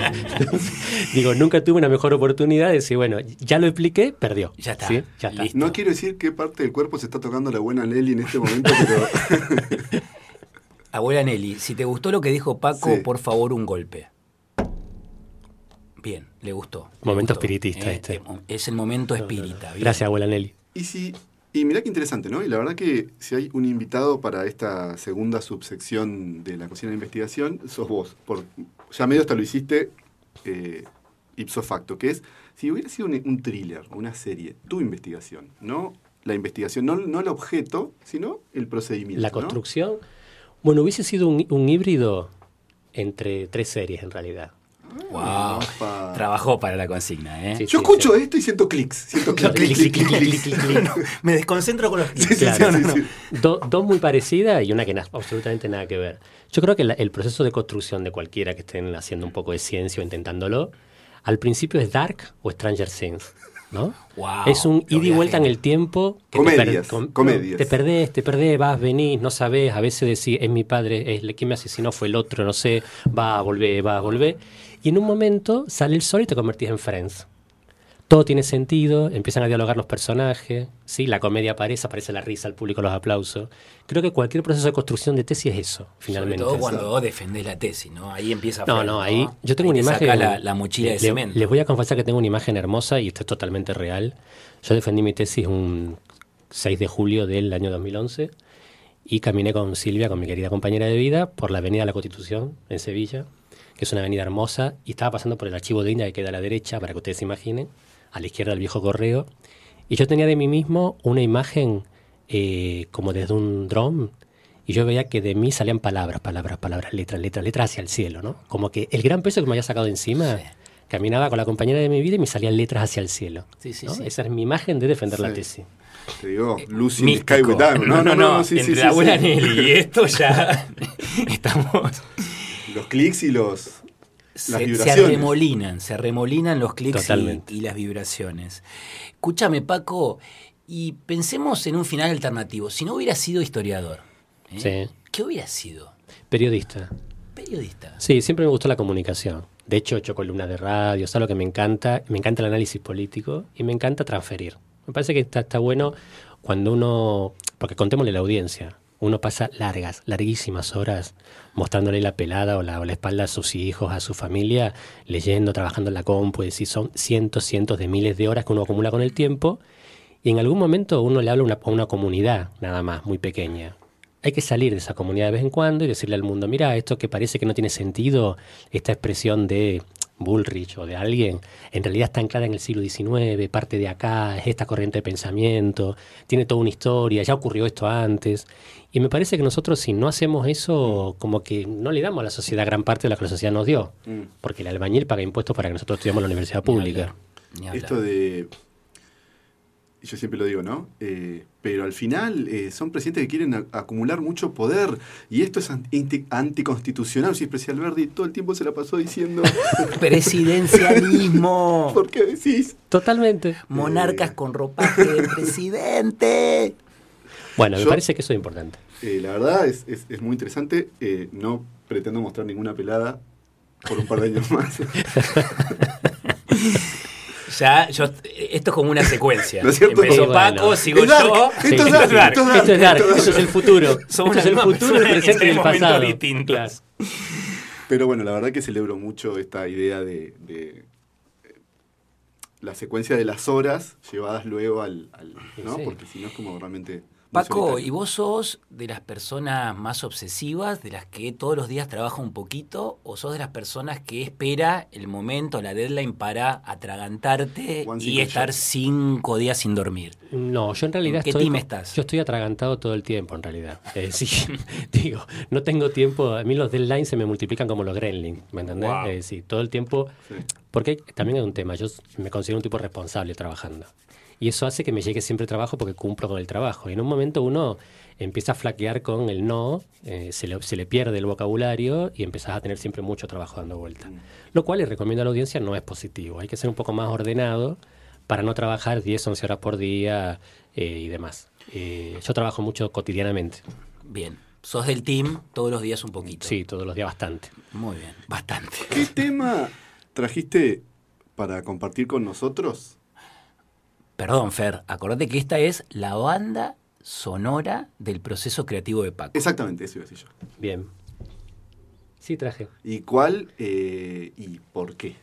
Speaker 4: Entonces, digo, nunca tuve una mejor oportunidad de decir, bueno, ya lo expliqué, perdió.
Speaker 3: Ya está,
Speaker 4: ¿Sí? Ya está.
Speaker 3: listo.
Speaker 2: No quiero decir qué parte del cuerpo se está tocando la buena Nelly en este momento, pero
Speaker 3: Abuela Nelly, si te gustó lo que dijo Paco,
Speaker 2: Sí.
Speaker 3: por favor, un golpe. Bien, le gustó. le
Speaker 4: Momento
Speaker 3: gustó, Eh,
Speaker 4: espiritista este.
Speaker 3: Es el momento espírita. bien.
Speaker 4: Gracias, abuela Nelly.
Speaker 2: ¿y si
Speaker 1: Y mirá qué interesante, ¿no? Y la verdad que si hay un invitado para esta segunda subsección de la cocina de investigación, sos vos. Por, ya medio hasta lo hiciste eh, ipso facto, que es, si hubiera sido un, un thriller, una serie, tu investigación, ¿no? La investigación, no, no el objeto, sino el procedimiento.
Speaker 4: La
Speaker 1: ¿no?
Speaker 4: construcción. Bueno, hubiese sido un, un híbrido entre tres series en realidad.
Speaker 3: Wow.
Speaker 1: Opa.
Speaker 3: Trabajó para la consigna, ¿eh?
Speaker 4: Sí,
Speaker 1: Yo escucho esto y siento clics. Siento clics,
Speaker 4: Claro,
Speaker 1: clics,
Speaker 4: clic,
Speaker 1: clics,
Speaker 4: clic,
Speaker 1: clics.
Speaker 4: clic, clic, clic.
Speaker 3: Me desconcentro con los
Speaker 1: Sí, sí, sí,
Speaker 4: Claro,
Speaker 1: sí,
Speaker 3: no, no.
Speaker 1: sí.
Speaker 4: Do- dos muy parecidas y una que na- absolutamente nada que ver. Yo creo que la- el proceso de construcción de cualquiera que estén haciendo un poco de ciencia o intentándolo, al principio es Dark o Stranger Things, ¿no?
Speaker 3: Wow,
Speaker 4: es un
Speaker 3: lo
Speaker 4: ida y vuelta en
Speaker 3: viajé.
Speaker 4: el tiempo.
Speaker 1: Comedias,
Speaker 4: te, per-
Speaker 1: comedias.
Speaker 4: te perdés, te perdés, vas, venís, no sabés, a veces decís, es mi padre, es el- quien me asesinó fue el otro, no sé, va a volver, va a volver. Y en un momento sale el sol y te convertís en Friends todo tiene sentido, empiezan a dialogar los personajes, ¿sí? la comedia aparece, aparece la risa, el público los aplausos. Creo que cualquier proceso de construcción de tesis es eso,
Speaker 3: Sobre
Speaker 4: finalmente.
Speaker 3: todo cuando vos defendés la tesis, ¿no? Ahí empieza a
Speaker 4: No,
Speaker 3: frenar,
Speaker 4: no, ahí yo tengo
Speaker 3: Ahí
Speaker 4: una
Speaker 3: te
Speaker 4: imagen...
Speaker 3: saca la, la mochila de
Speaker 4: le-
Speaker 3: cemento.
Speaker 4: Les voy a confesar que tengo una imagen hermosa y esto es totalmente real. Yo defendí mi tesis un 6 de julio del año 2011 y caminé con Silvia, con mi querida compañera de vida, por la avenida de la Constitución en Sevilla, que es una avenida hermosa, y estaba pasando por el archivo de India que queda a la derecha, para que ustedes se imaginen, a la izquierda del viejo correo, y yo tenía de mí mismo una imagen eh, como desde un dron, y yo veía que de mí salían palabras, palabras, palabras, letras, letras, letras hacia el cielo, ¿no? Como que el gran peso que me había sacado encima,
Speaker 3: Sí.
Speaker 4: caminaba con la compañera de mi vida y me salían letras hacia el cielo.
Speaker 3: Sí, sí,
Speaker 4: ¿no?
Speaker 3: sí.
Speaker 4: Esa es mi imagen de defender la
Speaker 1: Sí.
Speaker 4: tesis.
Speaker 1: Te digo, Lucy in the
Speaker 3: Eh, Místico.
Speaker 1: Sky with Diamond. No, no, no, sí, sí,
Speaker 3: entre
Speaker 1: sí,
Speaker 3: la abuela
Speaker 1: sí.
Speaker 3: Nelly y esto ya estamos...
Speaker 1: Los clics y los. Las
Speaker 3: Se, se
Speaker 1: vibraciones.
Speaker 3: arremolinan, se arremolinan los clics y,
Speaker 4: Totalmente.
Speaker 3: y las vibraciones. Escúchame, Paco, y pensemos en un final alternativo. Si no hubiera sido historiador, ¿eh?
Speaker 4: Sí.
Speaker 3: ¿qué hubiera sido?
Speaker 4: Periodista.
Speaker 3: Periodista.
Speaker 4: Sí, siempre me gustó la comunicación. De hecho, he hecho columnas de radio, es algo que me encanta. Me encanta el análisis político y me encanta transferir. Me parece que está, está bueno cuando uno, porque contémosle a la audiencia, uno pasa largas, larguísimas horas mostrándole la pelada o la, o la espalda a sus hijos, a su familia, leyendo, trabajando en la compu, y son cientos, cientos de miles de horas que uno acumula con el tiempo. Y en algún momento uno le habla a una, a una comunidad nada más, muy pequeña. Hay que salir de esa comunidad de vez en cuando y decirle al mundo, mira, esto que parece que no tiene sentido, esta expresión de Bullrich o de alguien, en realidad está anclada en el siglo XIX, parte de acá, es esta corriente de pensamiento, tiene toda una historia, ya ocurrió esto antes. Y me parece que nosotros si no hacemos eso, como que no le damos a la sociedad gran parte de lo que la sociedad nos dio,
Speaker 1: Mm.
Speaker 4: porque el albañil paga impuestos para que nosotros estudiamos en la universidad pública.
Speaker 3: Ni hablar.
Speaker 1: Esto de. Yo siempre lo digo, ¿no? Eh, pero al final eh, son presidentes que quieren a- acumular mucho poder y esto es anti- anticonstitucional. Si es Presidente Alberti todo el tiempo se la pasó diciendo,
Speaker 3: Presidencialismo.
Speaker 1: ¿por qué decís?
Speaker 4: Totalmente.
Speaker 1: Eh.
Speaker 3: Monarcas con ropaje de presidente.
Speaker 4: Bueno, me
Speaker 1: Yo-
Speaker 4: parece que eso es importante.
Speaker 1: Eh, la verdad es, es- es muy interesante. Eh, no pretendo mostrar ninguna pelada por un par de años más.
Speaker 3: Ya, yo, esto es como una secuencia.
Speaker 1: ¿No es cierto?
Speaker 3: Empezó
Speaker 4: Y bueno.
Speaker 3: Paco, sigo
Speaker 1: Es
Speaker 3: yo.
Speaker 1: dark, esto es
Speaker 3: Sí,
Speaker 1: dark, esto es dark.
Speaker 4: Esto es Dark, esto es el futuro.
Speaker 3: Somos
Speaker 4: esto es el
Speaker 3: la misma
Speaker 4: futuro,
Speaker 3: persona
Speaker 4: el
Speaker 3: en
Speaker 4: presente y el
Speaker 3: tres momentos
Speaker 4: pasado.
Speaker 3: distintos.
Speaker 4: Claro.
Speaker 1: Pero bueno, la verdad que celebro mucho esta idea de, de, eh, la secuencia de las horas llevadas luego al... al- ¿no?
Speaker 4: Sí.
Speaker 1: Porque si no es como realmente... muy
Speaker 3: Paco,
Speaker 1: solitario.
Speaker 3: ¿y vos sos de las personas más obsesivas, de las que todos los días trabaja un poquito, o sos de las personas que espera el momento, la deadline para atragantarte
Speaker 1: One
Speaker 3: y
Speaker 1: single
Speaker 3: estar
Speaker 1: shot.
Speaker 3: cinco días sin dormir?
Speaker 4: No, yo en realidad
Speaker 3: ¿Qué
Speaker 4: estoy.
Speaker 3: team estás?
Speaker 4: Yo estoy atragantado todo el tiempo, en realidad. Es decir, digo, no tengo tiempo. A mí los deadlines se me multiplican como los gremlins, ¿me entendés?
Speaker 3: Wow.
Speaker 4: Es decir, todo el tiempo.
Speaker 1: Sí.
Speaker 4: Porque también hay un tema. Yo me considero un tipo responsable trabajando. Y eso hace que me llegue siempre trabajo porque cumplo con el trabajo. Y en un momento uno empieza a flaquear con el no, eh, se, le, se le pierde el vocabulario y empezás a tener siempre mucho trabajo dando vuelta. Lo cual, le recomiendo a la audiencia, no es positivo. Hay que ser un poco más ordenado para no trabajar 10, 11 horas por día eh, y demás. Eh, yo trabajo mucho cotidianamente.
Speaker 3: Bien, sos del team todos los días un poquito.
Speaker 4: Sí, todos los días bastante.
Speaker 3: Muy bien, bastante.
Speaker 1: ¿Qué tema trajiste para compartir con nosotros?
Speaker 3: Perdón, Fer, acordate que esta es la banda sonora del proceso creativo de Paco.
Speaker 1: Exactamente, eso iba a decir yo.
Speaker 4: Bien. Sí, traje.
Speaker 1: ¿Y cuál eh, y por qué?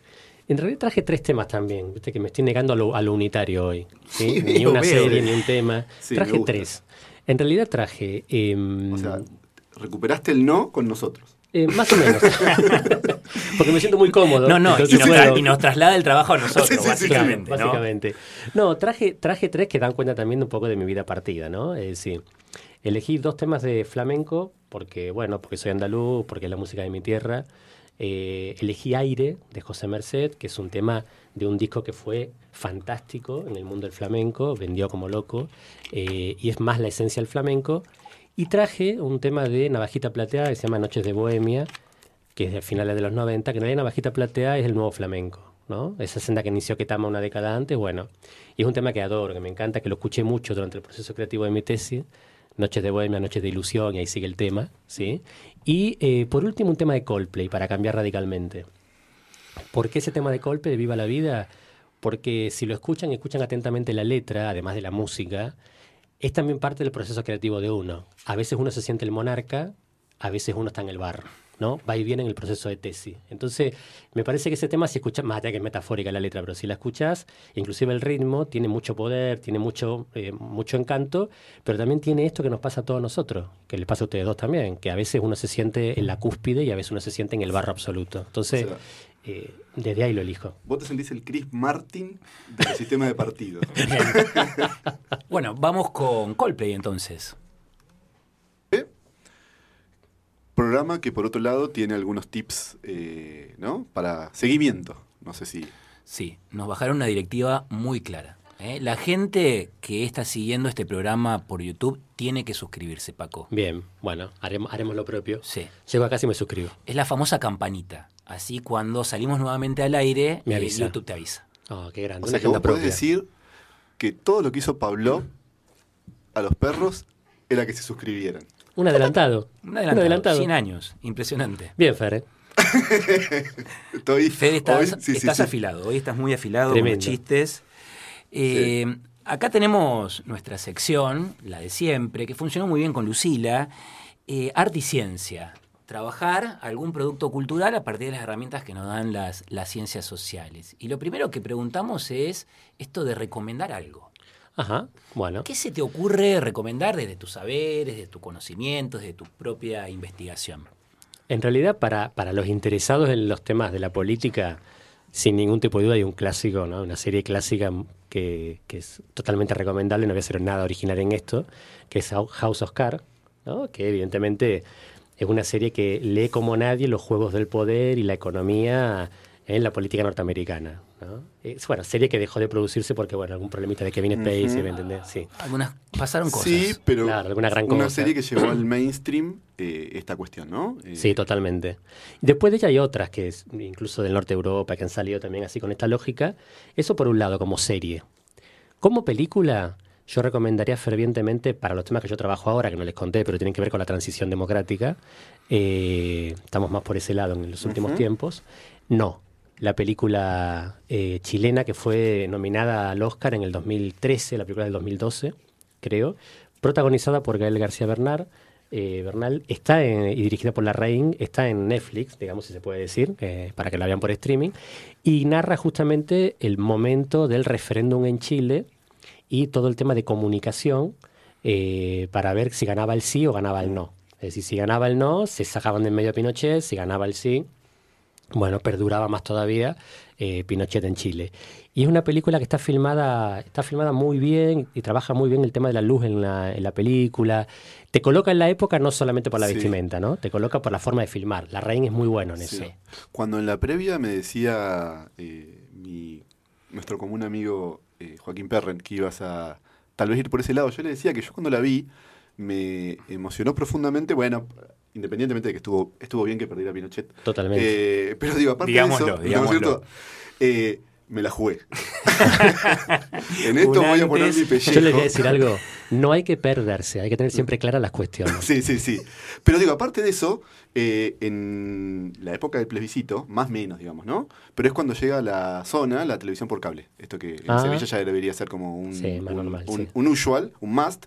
Speaker 4: En realidad traje tres temas también, viste que me estoy negando a lo, a lo unitario hoy. ¿sí?
Speaker 1: Sí,
Speaker 4: Ni
Speaker 1: yo
Speaker 4: una
Speaker 1: veo.
Speaker 4: serie, ni un tema.
Speaker 1: Sí, me
Speaker 4: traje
Speaker 1: gusta.
Speaker 4: tres. En realidad traje... em,
Speaker 1: O sea, recuperaste el no con nosotros.
Speaker 4: eh, más o menos. Porque me siento muy cómodo.
Speaker 3: No, no, y
Speaker 4: entonces
Speaker 3: nos,
Speaker 4: puedo-
Speaker 3: tra- y nos traslada el trabajo a nosotros,
Speaker 1: Sí, sí, sí,
Speaker 3: básicamente.
Speaker 4: Claro,
Speaker 3: ¿no?
Speaker 4: básicamente. ¿no? traje, traje tres que dan cuenta también de un poco de mi vida partida, ¿no? Es decir, elegí dos temas de flamenco porque, bueno, porque soy andaluz, porque es la música de mi tierra. Eh, elegí Aire de José Merced, que es un tema de un disco que fue fantástico en el mundo del flamenco, vendió como loco, eh, y es más la esencia del flamenco. Y traje un tema de Navajita Plateada que se llama Noches de Bohemia, que es de finales de los 90, que en realidad Navajita Plateada es el nuevo flamenco, ¿no? Esa senda que inició Ketama una década antes, bueno. Y es un tema que adoro, que me encanta, que lo escuché mucho durante el proceso creativo de mi tesis. Noches de Bohemia, Noches de Ilusión, y ahí sigue el tema, ¿sí? Y eh, por último, un tema de Coldplay, para cambiar radicalmente. ¿Por qué ese tema de Coldplay, de Viva la Vida? Porque si lo escuchan, escuchan atentamente la letra, además de la música, es también parte del proceso creativo de uno. A veces uno se siente el monarca, a veces uno está en el barro, ¿no? Va y viene en el proceso de tesis. Entonces, me parece que ese tema, si escuchas, más allá que es metafórica la letra, pero si la escuchas, inclusive el ritmo tiene mucho poder, tiene mucho, eh, mucho encanto, pero también tiene esto que nos pasa a todos nosotros, que les pasa a ustedes dos también, que a veces uno se siente en la cúspide y a veces uno se siente en el barro absoluto. Entonces,
Speaker 1: O sea,
Speaker 4: eh, desde ahí lo elijo.
Speaker 1: vos te sentís el Chris Martin del sistema de partido.
Speaker 3: Bueno, vamos con Coldplay entonces.
Speaker 1: Programa que por otro lado tiene algunos tips, eh, ¿no? Para seguimiento. No sé si.
Speaker 3: Sí, nos bajaron una directiva muy clara. ¿eh? La gente que está siguiendo este programa por YouTube tiene que suscribirse, Paco.
Speaker 4: Bien, bueno, haremos, haremos lo propio.
Speaker 3: Sí.
Speaker 4: Llego acá y me suscribo.
Speaker 3: Es la famosa campanita. Así cuando salimos nuevamente al aire,
Speaker 4: Me
Speaker 3: eh,
Speaker 4: avisa.
Speaker 3: YouTube te avisa.
Speaker 4: Oh, qué
Speaker 1: O
Speaker 4: grande. una
Speaker 1: sea, que
Speaker 4: agenda
Speaker 1: vos podés
Speaker 4: propia.
Speaker 1: decir que todo lo que hizo Pablo a los perros era que se suscribieran.
Speaker 4: Un adelantado.
Speaker 3: Un adelantado, 100 años, impresionante.
Speaker 4: Bien, Fer. ¿eh?
Speaker 1: Estoy,
Speaker 3: Fede, estás,
Speaker 1: hoy- sí, sí,
Speaker 3: estás
Speaker 1: sí.
Speaker 3: afilado, hoy estás muy afilado con
Speaker 4: Tremendo.
Speaker 3: los chistes. Eh, Acá tenemos nuestra sección, la de siempre, que funcionó muy bien con Lucila, eh, arte y ciencia. Trabajar algún producto cultural a partir de las herramientas que nos dan las, las ciencias sociales. Y lo primero que preguntamos es esto de recomendar algo.
Speaker 4: Ajá, bueno.
Speaker 3: ¿Qué se te ocurre recomendar desde tus saberes, desde tu conocimiento, desde tu propia investigación?
Speaker 4: En realidad, para, para los interesados en los temas de la política, sin ningún tipo de duda, hay un clásico, ¿no? una serie clásica que, que es totalmente recomendable, no voy a hacer nada original en esto, que es Hou- House Oscar, ¿no? que evidentemente es una serie que lee como nadie los juegos del poder y la economía en la política norteamericana. ¿no? Es, bueno, serie que dejó de producirse porque, bueno, algún problemita de Kevin Spacey,
Speaker 1: Ujú.
Speaker 4: ¿me entendés? Sí.
Speaker 3: Algunas pasaron cosas.
Speaker 1: Sí, pero
Speaker 4: Claro, alguna gran
Speaker 1: una
Speaker 4: cosa.
Speaker 1: serie que llevó al mainstream eh, esta cuestión, ¿no? Eh,
Speaker 4: Sí, totalmente. Después de ella hay otras que es, incluso del norte de Europa que han salido también así con esta lógica. Eso por un lado como serie. Como película yo recomendaría fervientemente para los temas que yo trabajo ahora, que no les conté, pero tienen que ver con la transición democrática. eh, estamos más por ese lado en los últimos
Speaker 1: Ujú.
Speaker 4: tiempos. No, la película eh, chilena que fue nominada al Oscar en el 2013, la película del 2012, creo, protagonizada por Gael García Bernal. eh, Bernal está en- y dirigida por la Rain, está en Netflix, digamos si se puede decir, eh, para que la vean por streaming, y narra justamente el momento del referéndum en Chile y todo el tema de comunicación eh, para ver si ganaba el sí o ganaba el no. Es decir, si ganaba el no, se sacaban de en medio a Pinochet, si ganaba el sí, bueno, perduraba más todavía eh, Pinochet en Chile. Y es una película que está filmada, está filmada muy bien y trabaja muy bien el tema de la luz en la, en la película. Te coloca en la época no solamente por la
Speaker 1: Sí.
Speaker 4: vestimenta, ¿no? Te coloca por la forma de filmar. La Reina es muy bueno en
Speaker 1: sí.
Speaker 4: eso.
Speaker 1: Cuando en la previa me decía eh, mi, nuestro común amigo eh, Joaquín Perren que ibas a tal vez ir por ese lado, yo le decía que yo cuando la vi me emocionó profundamente, bueno, independientemente de que estuvo, estuvo bien que perdiera Pinochet,
Speaker 4: Totalmente.
Speaker 1: Eh, pero digo, aparte
Speaker 3: Digámoslo,
Speaker 1: de eso, ¿no es
Speaker 3: digámoslo.
Speaker 1: cierto? Eh, me la jugué. en esto
Speaker 3: Un
Speaker 1: voy a poner
Speaker 3: antes.
Speaker 1: mi pellejo.
Speaker 4: Yo les voy a decir algo. No hay que perderse, hay que tener siempre claras las cuestiones.
Speaker 1: Sí, sí, sí. Pero digo, aparte de eso, eh, en la época del plebiscito, más menos, digamos, ¿no? Pero es cuando llega a la zona la televisión por cable. Esto que en
Speaker 4: Ah.
Speaker 1: Sevilla ya debería ser como un,
Speaker 4: Sí, más
Speaker 1: un,
Speaker 4: normal,
Speaker 1: un-
Speaker 4: sí.
Speaker 1: un usual, un must.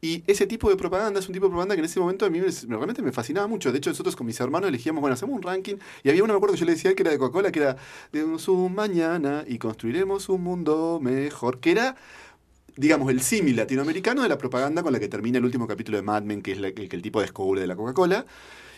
Speaker 1: Y ese tipo de propaganda es un tipo de propaganda que en ese momento a mí me- realmente me fascinaba mucho. De hecho, nosotros con mis hermanos elegíamos, bueno, hacemos un ranking. Y había uno, me acuerdo que yo le decía que era de Coca-Cola, que era de un su mañana y construiremos un mundo mejor. Que era, digamos, el símil latinoamericano de la propaganda con la que termina el último capítulo de Mad Men, que es la que, que el tipo descubre de la Coca-Cola.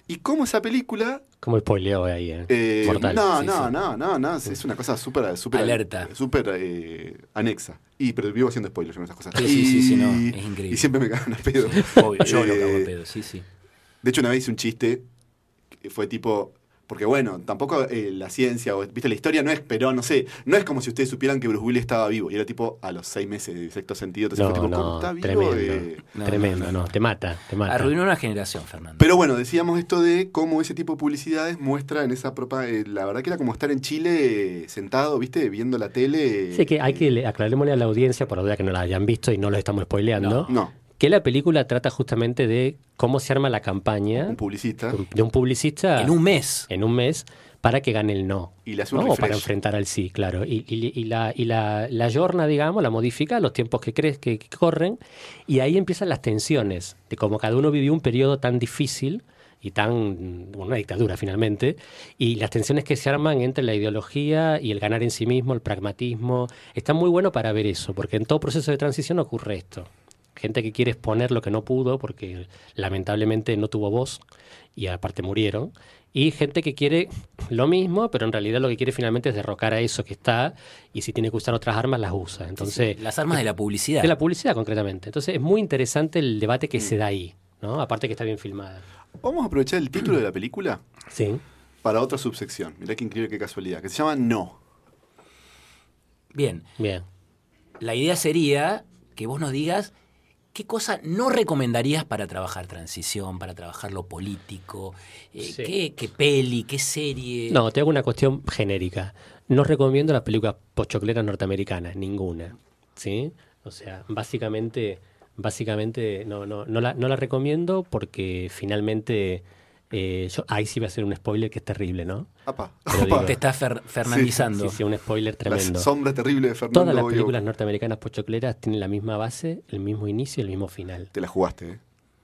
Speaker 1: Y cómo esa película.
Speaker 4: Como spoileo ahí, ¿eh?
Speaker 1: eh,
Speaker 4: Mortal.
Speaker 1: no,
Speaker 3: sí,
Speaker 1: no,
Speaker 3: sí.
Speaker 1: no, no, no, es- Es una cosa súper. súper-
Speaker 3: Alerta.
Speaker 1: Súper eh, anexa. Y pero vivo haciendo spoilers con esas cosas.
Speaker 3: Sí, sí, sí, sí, no,
Speaker 1: Y-
Speaker 3: es increíble.
Speaker 1: Y siempre me cagan a pedo.
Speaker 3: Obvio, yo lo cago a
Speaker 1: Eh,
Speaker 3: pedo, sí, sí.
Speaker 1: De hecho, una vez hice un chiste que fue tipo. Porque bueno, tampoco eh, la ciencia, o, viste, la historia no es, pero no sé, no es como si ustedes supieran que Bruce Willis estaba vivo. Y era tipo a los seis meses de sexto sentido. Entonces
Speaker 4: No,
Speaker 1: fue tipo, ¿cómo
Speaker 4: no,
Speaker 1: está vivo?
Speaker 4: tremendo.
Speaker 1: Eh,
Speaker 3: No,
Speaker 4: tremendo, no,
Speaker 3: no, no.
Speaker 4: Te mata, te mata.
Speaker 3: Arruinó una generación, Fernando.
Speaker 1: Pero bueno, decíamos esto de cómo ese tipo de publicidades muestra en esa propia. eh, la verdad que era como estar en Chile eh, sentado, viste, viendo la tele.
Speaker 4: Sí, que hay
Speaker 1: eh,
Speaker 4: que le- aclarémosle a la audiencia, por la duda que no la hayan visto y no lo estamos spoileando,
Speaker 1: No,
Speaker 4: que la película trata justamente de cómo se arma la campaña
Speaker 1: un publicista.
Speaker 4: de un publicista
Speaker 3: en un mes.
Speaker 4: en un mes para que gane el no.
Speaker 1: Y le hace un
Speaker 4: ¿no? O para
Speaker 1: refresh.
Speaker 4: enfrentar al sí, claro. Y, y- y la, y la, la jorna, digamos, la modifica a los tiempos que crees que, que corren. Y ahí empiezan las tensiones de cómo cada uno vivió un periodo tan difícil y tan. bueno, una dictadura finalmente. Y las tensiones que se arman entre la ideología y el ganar en sí mismo, el pragmatismo. Está muy bueno para ver eso, porque en todo proceso de transición ocurre esto. Gente que quiere exponer lo que no pudo porque lamentablemente no tuvo voz y aparte murieron. Y gente que quiere lo mismo, pero en realidad lo que quiere finalmente es derrocar a eso que está y si tiene que usar otras armas las usa. Entonces,
Speaker 3: Las armas de la publicidad.
Speaker 4: de la publicidad concretamente. Entonces es muy interesante el debate que se da ahí, ¿no? Aparte que está bien filmada.
Speaker 1: Vamos a aprovechar el título de la película
Speaker 4: Sí.
Speaker 1: para otra subsección. Mirá qué increíble, qué casualidad. Que se llama No.
Speaker 3: Bien.
Speaker 4: Bien.
Speaker 3: La idea sería que vos nos digas qué cosa no recomendarías para trabajar transición, para trabajar lo político, eh,
Speaker 4: Sí.
Speaker 3: qué, qué peli, qué serie.
Speaker 4: No, te hago una cuestión genérica. No recomiendo las películas pochocleras norteamericanas, ninguna. ¿Sí? O sea, básicamente, básicamente no, no, no la, no la recomiendo porque finalmente eh, yo ahí sí voy a hacer un spoiler que es terrible, ¿no?
Speaker 1: Apa.
Speaker 4: Pero
Speaker 1: Apa.
Speaker 4: digo-
Speaker 3: Te estás fer- fernandizando.
Speaker 4: Sí, sí, un spoiler
Speaker 1: La
Speaker 4: tremendo.
Speaker 1: sombra terrible de Fernando
Speaker 4: Todas las
Speaker 1: Boyo.
Speaker 4: películas norteamericanas pochocleras tienen la misma base, el mismo inicio y el mismo final.
Speaker 1: Te la jugaste, ¿eh?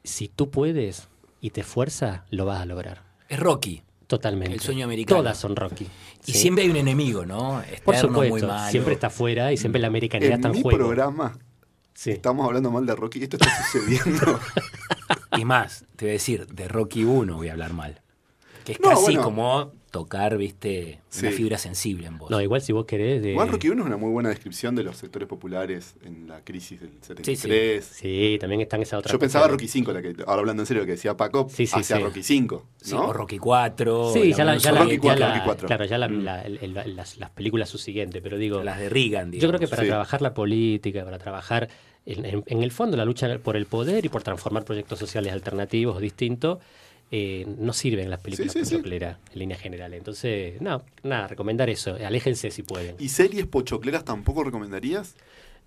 Speaker 4: Si tú puedes y te fuerzas, lo vas a lograr.
Speaker 3: Es Rocky.
Speaker 4: Totalmente.
Speaker 3: El sueño americano.
Speaker 4: Todas son Rocky.
Speaker 3: Y
Speaker 4: Sí.
Speaker 3: siempre hay un enemigo, ¿no?
Speaker 4: Por
Speaker 3: Externo, muy
Speaker 4: supuesto,
Speaker 3: malo.
Speaker 4: siempre está afuera y siempre la americanidad
Speaker 1: En
Speaker 4: está en
Speaker 1: mi
Speaker 4: juego.
Speaker 1: programa
Speaker 4: Sí.
Speaker 1: estamos hablando mal de Rocky. Esto está sucediendo.
Speaker 3: Y más, te voy a decir, de Rocky 1 voy a hablar mal. Que es
Speaker 1: No,
Speaker 3: casi
Speaker 1: bueno.
Speaker 3: como tocar, viste, una
Speaker 1: Sí.
Speaker 3: fibra sensible en vos.
Speaker 4: No, igual si vos querés. De...
Speaker 1: Juan Rocky 1 es una muy buena descripción de los sectores populares en la crisis del 73.
Speaker 4: Sí, también están esas otras.
Speaker 1: Yo pensaba
Speaker 4: cuestiones.
Speaker 1: Rocky 5, la que, ahora hablando en serio, que decía Paco,
Speaker 4: Sí, sí,
Speaker 1: hacia
Speaker 4: sí.
Speaker 1: Rocky 5.
Speaker 3: Sí, O Rocky 4.
Speaker 4: Sí, ya, la, ya, la,
Speaker 1: Rocky
Speaker 4: ya
Speaker 1: cuatro,
Speaker 4: la-
Speaker 1: Rocky cuatro. Mm.
Speaker 4: Claro, ya la- la- el- el- las, las películas subsiguientes, pero digo.
Speaker 3: las de Reagan, digamos.
Speaker 4: Yo creo que para
Speaker 1: Sí.
Speaker 4: trabajar la política, para trabajar en, en- en el fondo la lucha por el poder y por transformar proyectos sociales alternativos o distintos, eh, no sirven las películas
Speaker 1: Sí, sí, sí.
Speaker 4: pochocleras en línea general. Entonces, no, nada, recomendar eso. Aléjense si pueden.
Speaker 1: ¿Y series pochocleras tampoco recomendarías?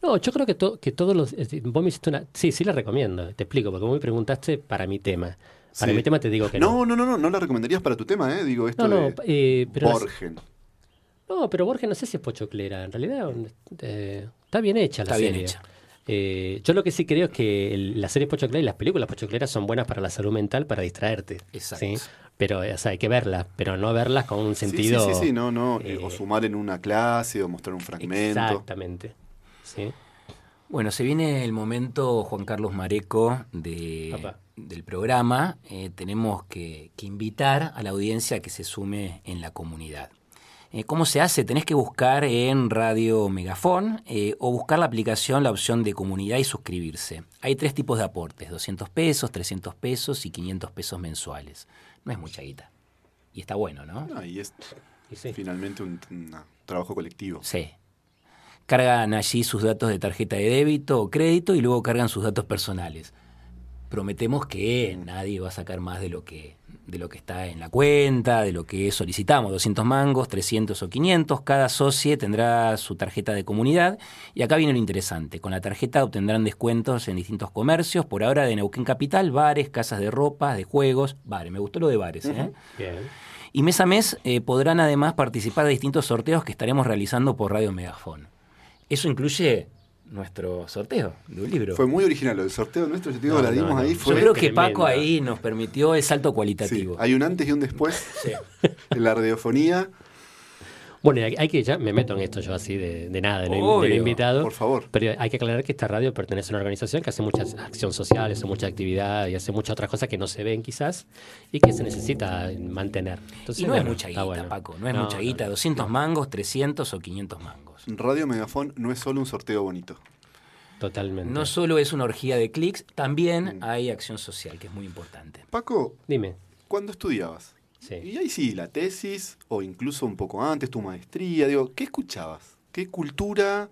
Speaker 4: No, yo creo que, to- que todos los... es decir, Vos me hiciste una... Sí, sí la recomiendo, te explico, porque vos me preguntaste para mi tema. Para
Speaker 1: Sí.
Speaker 4: mi tema te digo que no.
Speaker 1: No, no, no, no, no la recomendarías para tu tema, ¿eh? Digo, esto
Speaker 4: No, no,
Speaker 1: de
Speaker 4: eh, pero no sé-
Speaker 1: Borgen.
Speaker 4: no, pero Borges no sé si es pochoclera, en realidad eh, está bien hecha la
Speaker 3: Está bien
Speaker 4: serie.
Speaker 3: hecha.
Speaker 4: Eh, yo lo que sí creo es que el- las series pochocleras y las películas pochocleras son buenas para la salud mental, para distraerte.
Speaker 3: Exacto.
Speaker 4: ¿sí? Pero eh, o sea, hay que verlas, pero no verlas con un
Speaker 1: Sí,
Speaker 4: sentido...
Speaker 1: Sí, sí, sí, no, no. eh,
Speaker 4: eh,
Speaker 1: o sumar en una clase, o mostrar un fragmento.
Speaker 4: Exactamente. ¿sí?
Speaker 3: Bueno, se viene el momento, Juan Carlos Mareco, de,
Speaker 4: Papá.
Speaker 3: del programa. Eh, tenemos que, que invitar a la audiencia a que se sume en la comunidad. Eh, ¿Cómo se hace? Tenés que buscar en Radio Megafón eh, o buscar la aplicación, la opción de comunidad y suscribirse. Hay tres tipos de aportes, 200 pesos, 300 pesos y 500 pesos mensuales. No es mucha guita. Y está bueno, ¿no?
Speaker 1: No, Ah, y es
Speaker 4: Y sí.
Speaker 1: finalmente un, un trabajo colectivo.
Speaker 3: Sí. Cargan allí sus datos de tarjeta de débito o crédito y luego cargan sus datos personales. Prometemos que nadie va a sacar más de lo que de lo que está en la cuenta, de lo que solicitamos, 200 mangos, 300 o 500, cada socio tendrá su tarjeta de comunidad y acá viene lo interesante, con la tarjeta obtendrán descuentos en distintos comercios, por ahora de Neuquén Capital, bares, casas de ropa, de juegos, bares, me gustó lo de bares, ¿eh?
Speaker 4: Bien.
Speaker 3: Y mes a mes eh, podrán además participar de distintos sorteos que estaremos realizando por Radio Megafón. Eso incluye nuestro sorteo de un libro.
Speaker 1: Fue muy original el sorteo nuestro, yo te digo,
Speaker 4: No,
Speaker 1: la
Speaker 4: no,
Speaker 1: dimos
Speaker 4: no.
Speaker 1: ahí.
Speaker 4: Yo
Speaker 1: Fue,
Speaker 3: Yo creo que
Speaker 4: tremendo.
Speaker 3: Paco ahí nos permitió el salto
Speaker 1: sí,
Speaker 3: cualitativo.
Speaker 1: hay un antes y un después
Speaker 3: Sí.
Speaker 1: en la radiofonía.
Speaker 4: Bueno, y hay, hay que ya me meto en esto yo así de, de nada, de no, in- de no
Speaker 3: Obvio,
Speaker 4: invitado.
Speaker 1: Por favor.
Speaker 4: Pero hay que aclarar que esta radio pertenece a una organización que hace muchas acciones sociales, hace mucha actividad y hace muchas otras cosas que no se ven quizás y que se necesita mantener. Entonces,
Speaker 3: Y no
Speaker 4: bueno,
Speaker 3: es mucha
Speaker 4: está
Speaker 3: guita,
Speaker 4: bueno.
Speaker 3: Paco, no es mucha
Speaker 4: no,
Speaker 3: guita.
Speaker 4: no.
Speaker 3: 200 mangos, 300 o 500 mangos.
Speaker 1: Radio Megafón no es solo un sorteo bonito.
Speaker 4: Totalmente.
Speaker 3: No solo es una orgía de clics,
Speaker 1: Mm.
Speaker 3: también hay acción social, que es muy importante.
Speaker 1: Paco,
Speaker 4: Dime.
Speaker 1: ¿cuándo estudiabas?
Speaker 4: Sí.
Speaker 1: Y ahí sí, la tesis, o incluso un poco antes, tu maestría, digo, ¿qué escuchabas? ¿Qué cultura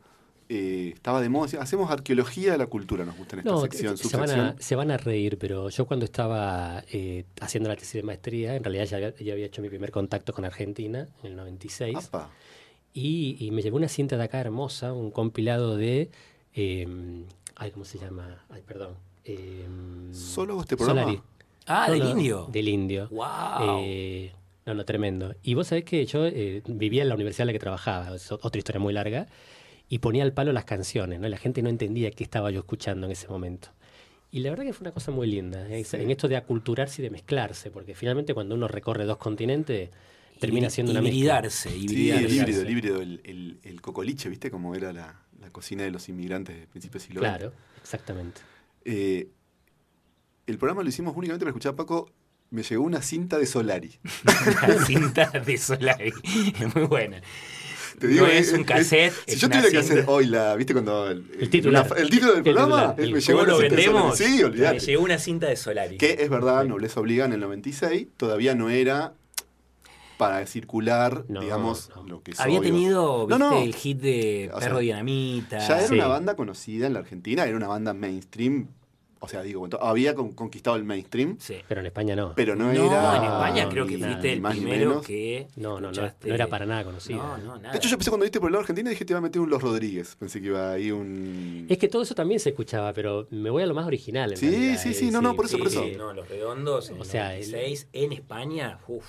Speaker 1: eh, estaba de moda? Decía, Hacemos arqueología de la cultura, nos gusta en esta
Speaker 4: No, eh,
Speaker 1: sección,
Speaker 4: se- se, van a,
Speaker 1: subsección.
Speaker 4: se van a reír, pero yo cuando estaba eh, haciendo la tesis de maestría, en realidad ya había, ya había hecho mi primer contacto con Argentina en el 96.
Speaker 1: Apa,
Speaker 4: Y, y me llevó una cinta de acá hermosa, un compilado de. eh, ay, ¿cómo se llama? Ay, perdón. Eh,
Speaker 1: ¿Solo vos este programa?
Speaker 4: Solari.
Speaker 3: Ah,
Speaker 4: No,
Speaker 3: del
Speaker 4: no,
Speaker 3: indio.
Speaker 4: Del indio.
Speaker 3: ¡Wow!
Speaker 4: Eh, no, no, tremendo. Y vos sabés que yo eh, vivía en la universidad en la que trabajaba, es o- otra historia muy larga, y ponía al palo las canciones, ¿no? Y la gente no entendía qué estaba yo escuchando en ese momento. Y la verdad que fue una cosa muy linda, ¿eh?
Speaker 1: Sí.
Speaker 4: en esto de aculturarse y de mezclarse, porque finalmente cuando uno recorre dos continentes, termina siendo una mezcla.
Speaker 3: Hibridarse,
Speaker 1: Sí, el
Speaker 3: hibridarse.
Speaker 1: híbrido,
Speaker 4: hibridarse.
Speaker 1: el híbrido, el, el- el cocoliche, ¿viste? Como era la, la cocina de los inmigrantes de principios del siglo XX.
Speaker 4: Claro, exactamente.
Speaker 1: Eh, el programa lo hicimos únicamente para escuchar a Paco. Me llegó una cinta de Solari.
Speaker 3: La cinta de Solari. Es muy buena.
Speaker 1: Te digo,
Speaker 3: no es,
Speaker 1: eh,
Speaker 3: un cassette.
Speaker 1: Si
Speaker 3: es
Speaker 1: yo
Speaker 3: una
Speaker 1: tuviera que
Speaker 3: cinta.
Speaker 1: hacer hoy la. ¿Viste cuando.? El,
Speaker 4: El titular.
Speaker 1: una- el título del
Speaker 4: El
Speaker 1: programa.
Speaker 4: titular.
Speaker 1: eh, me
Speaker 4: El
Speaker 1: llegó
Speaker 3: ¿Cómo
Speaker 1: una
Speaker 3: lo
Speaker 1: cinta de
Speaker 3: vendemos?
Speaker 1: Solari. Sí,
Speaker 3: Me
Speaker 1: olvidate.
Speaker 3: llegó una cinta de Solari.
Speaker 1: Que es verdad, Nobleza Obliga en el 96 todavía no era para circular,
Speaker 4: No,
Speaker 1: digamos,
Speaker 4: no.
Speaker 1: lo que es
Speaker 3: Había
Speaker 1: obvio.
Speaker 3: tenido
Speaker 1: No,
Speaker 3: ¿viste,
Speaker 1: no.
Speaker 3: el hit de
Speaker 1: O sea,
Speaker 3: Perro Dinamita.
Speaker 1: Ya era
Speaker 4: Sí.
Speaker 1: una banda conocida en la Argentina, era una banda mainstream. O sea, digo, ento- había con- conquistado el mainstream,
Speaker 3: Sí.
Speaker 4: Pero en España no.
Speaker 1: pero no,
Speaker 3: No,
Speaker 1: era.
Speaker 3: en España creo
Speaker 1: ni-
Speaker 3: que
Speaker 4: nada,
Speaker 3: fuiste el
Speaker 1: ni más ni
Speaker 3: primero
Speaker 1: menos.
Speaker 3: que.
Speaker 4: No, no, no,
Speaker 3: escuchaste-
Speaker 4: no era para nada conocida.
Speaker 3: No, no, nada.
Speaker 1: De hecho, yo pensé cuando viste por el lado argentino dije te iba a meter un Los Rodríguez. Pensé que iba ahí un.
Speaker 4: Es que todo eso también se escuchaba, pero me voy a lo más original. en
Speaker 1: Sí,
Speaker 4: realidad,
Speaker 1: sí,
Speaker 4: eh,
Speaker 1: sí, no, no, por eso,
Speaker 3: Sí,
Speaker 1: por eso.
Speaker 3: sí, no, los redondos, en
Speaker 4: O
Speaker 3: o
Speaker 4: sea,
Speaker 3: sea,
Speaker 4: el-
Speaker 3: 96, en España, uff.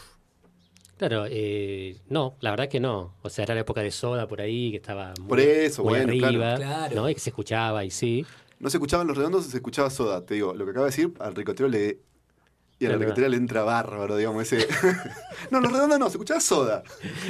Speaker 4: Claro, eh, no, la verdad que no. O sea, era la época de Soda por ahí, que estaba muy,
Speaker 1: Por eso,
Speaker 4: muy
Speaker 1: bueno,
Speaker 4: arriba,
Speaker 1: claro.
Speaker 3: Claro.
Speaker 4: ¿no? Y que se escuchaba y sí.
Speaker 1: No se escuchaban los redondos, se escuchaba soda. Te digo, lo que acaba de decir, al ricotero le. Y a la
Speaker 4: Es verdad.
Speaker 1: ricotera le entra bárbaro, digamos, ese. no, los redondos no, se escuchaba soda.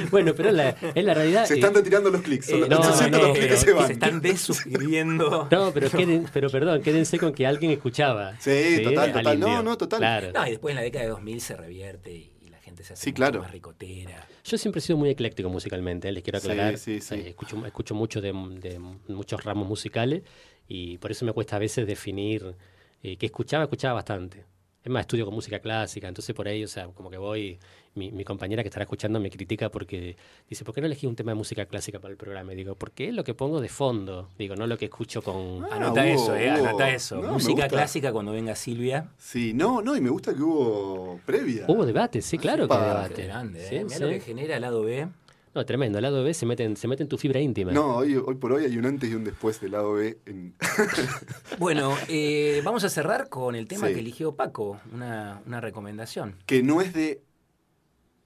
Speaker 4: Bueno, pero es la, es la realidad.
Speaker 1: Se
Speaker 4: eh,
Speaker 1: están retirando los clics. Son
Speaker 3: Eh,
Speaker 1: los-
Speaker 4: no,
Speaker 1: los 800
Speaker 4: no,
Speaker 1: los clics que
Speaker 4: pero
Speaker 1: se van.
Speaker 3: se están desuscribiendo.
Speaker 4: no, pero, queden- pero perdón, quédense con que alguien escuchaba.
Speaker 1: Sí, total,
Speaker 4: al
Speaker 1: total. No,
Speaker 4: indio.
Speaker 1: no, total.
Speaker 4: Claro.
Speaker 3: No, y después en la década de 2000 se revierte y, y la gente se hace
Speaker 1: Sí,
Speaker 3: mucho
Speaker 1: claro.
Speaker 3: más ricotera.
Speaker 4: Yo siempre he sido muy ecléctico musicalmente, eh, les quiero
Speaker 1: Sí,
Speaker 4: aclarar.
Speaker 1: sí, sí.
Speaker 4: Eh, escucho, escucho mucho de, de muchos ramos musicales y por eso me cuesta a veces definir eh, qué escuchaba, escuchaba bastante. Es más, estudio con música clásica, entonces por ahí, o sea, como que voy, mi, mi compañera que estará escuchando me critica porque dice, ¿por qué no elegí un tema de música clásica para el programa? Y digo, porque es lo que pongo de fondo, digo, no lo que escucho con...
Speaker 1: Ah,
Speaker 3: anota
Speaker 1: hubo-
Speaker 3: eso, eh,
Speaker 1: hubo-
Speaker 3: anota eso.
Speaker 1: no, me
Speaker 3: Música
Speaker 1: gusta.
Speaker 3: clásica cuando venga Silvia.
Speaker 1: Sí, no, no, y me gusta que hubo previa.
Speaker 4: Hubo debate, sí, claro que
Speaker 1: pa,
Speaker 4: hay
Speaker 1: qué
Speaker 4: debate.
Speaker 3: Qué grande,
Speaker 4: Sí,
Speaker 3: eh. Mirá
Speaker 4: sí.
Speaker 3: lo que genera el lado B.
Speaker 4: No, tremendo, al lado B se meten, se meten tu fibra íntima.
Speaker 1: No, hoy, hoy por hoy hay un antes y un después del lado B. en-
Speaker 3: Bueno, eh, vamos a cerrar con el tema
Speaker 1: Sí.
Speaker 3: que eligió Paco, una, una recomendación.
Speaker 1: que no es de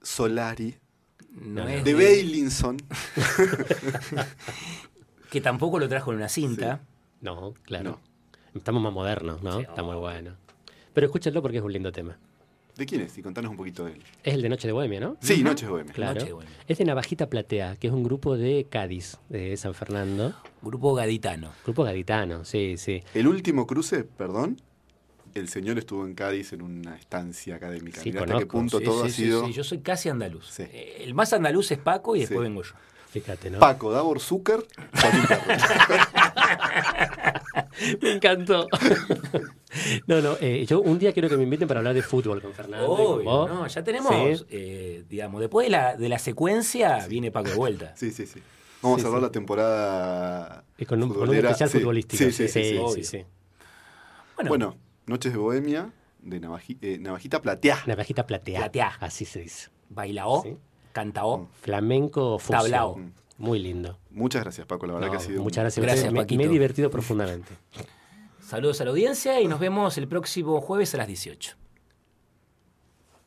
Speaker 1: Solari,
Speaker 3: No
Speaker 4: No,
Speaker 3: es
Speaker 1: de Bailinson.
Speaker 3: que tampoco lo trajo en una cinta.
Speaker 4: No, claro.
Speaker 1: No.
Speaker 4: Estamos más modernos, ¿no?
Speaker 3: Sí,
Speaker 4: Está muy bueno. Pero escúchenlo porque es un lindo tema.
Speaker 1: ¿De quién es? Y contanos un poquito de él.
Speaker 4: Es el de Noche de Bohemia, ¿no?
Speaker 1: Sí, Noches Bohemia.
Speaker 4: Claro.
Speaker 3: Noche de Bohemia.
Speaker 4: Es de Navajita Platea, que es un grupo de Cádiz, de San Fernando.
Speaker 3: Grupo gaditano.
Speaker 4: Grupo gaditano, sí, sí.
Speaker 1: El último cruce, perdón, el señor estuvo en Cádiz en una estancia académica.
Speaker 4: Sí,
Speaker 1: Mirá hasta qué
Speaker 4: conozco.
Speaker 1: punto
Speaker 3: Sí,
Speaker 1: todo
Speaker 3: sí,
Speaker 1: ha
Speaker 3: sí,
Speaker 1: sido.
Speaker 3: sí, yo soy casi andaluz.
Speaker 1: Sí.
Speaker 3: Eh, El más andaluz es Paco y después
Speaker 1: Sí.
Speaker 3: vengo yo.
Speaker 4: Fíjate, ¿no?
Speaker 1: Paco, Davor Zucker, Joaquín Carlos.
Speaker 4: Me encantó. no, no, eh, yo un día quiero que me inviten para hablar de fútbol con Fernando. y con
Speaker 3: Obvio,
Speaker 4: vos.
Speaker 3: no, ya tenemos,
Speaker 4: Sí.
Speaker 3: eh, digamos, después de la, de la secuencia viene Paco de vuelta.
Speaker 1: Sí, sí, sí. Vamos a
Speaker 4: Sí,
Speaker 1: cerrar
Speaker 4: sí.
Speaker 1: la temporada.
Speaker 4: Y con un, con un
Speaker 1: futbolera.
Speaker 4: especial
Speaker 1: Sí,
Speaker 4: futbolístico.
Speaker 1: Sí, sí, sí. sí.
Speaker 3: obvio.
Speaker 4: sí.
Speaker 3: Bueno,
Speaker 1: Bueno, Noches de Bohemia, de Navaji- eh, Navajita Platea.
Speaker 4: Navajita Platea.
Speaker 3: Platea.
Speaker 4: Así se dice.
Speaker 3: bailao,
Speaker 4: Sí.
Speaker 3: cantaó.
Speaker 4: Flamenco fusión.
Speaker 3: Tablao.
Speaker 4: Muy lindo.
Speaker 1: Muchas gracias, Paco. La verdad
Speaker 4: No,
Speaker 1: que ha sido. un-
Speaker 4: muchas gracias. a
Speaker 3: Gracias,
Speaker 4: ustedes. Me-
Speaker 3: Paquito.
Speaker 4: me he divertido profundamente.
Speaker 3: Saludos a la audiencia y nos vemos el próximo jueves a las 18.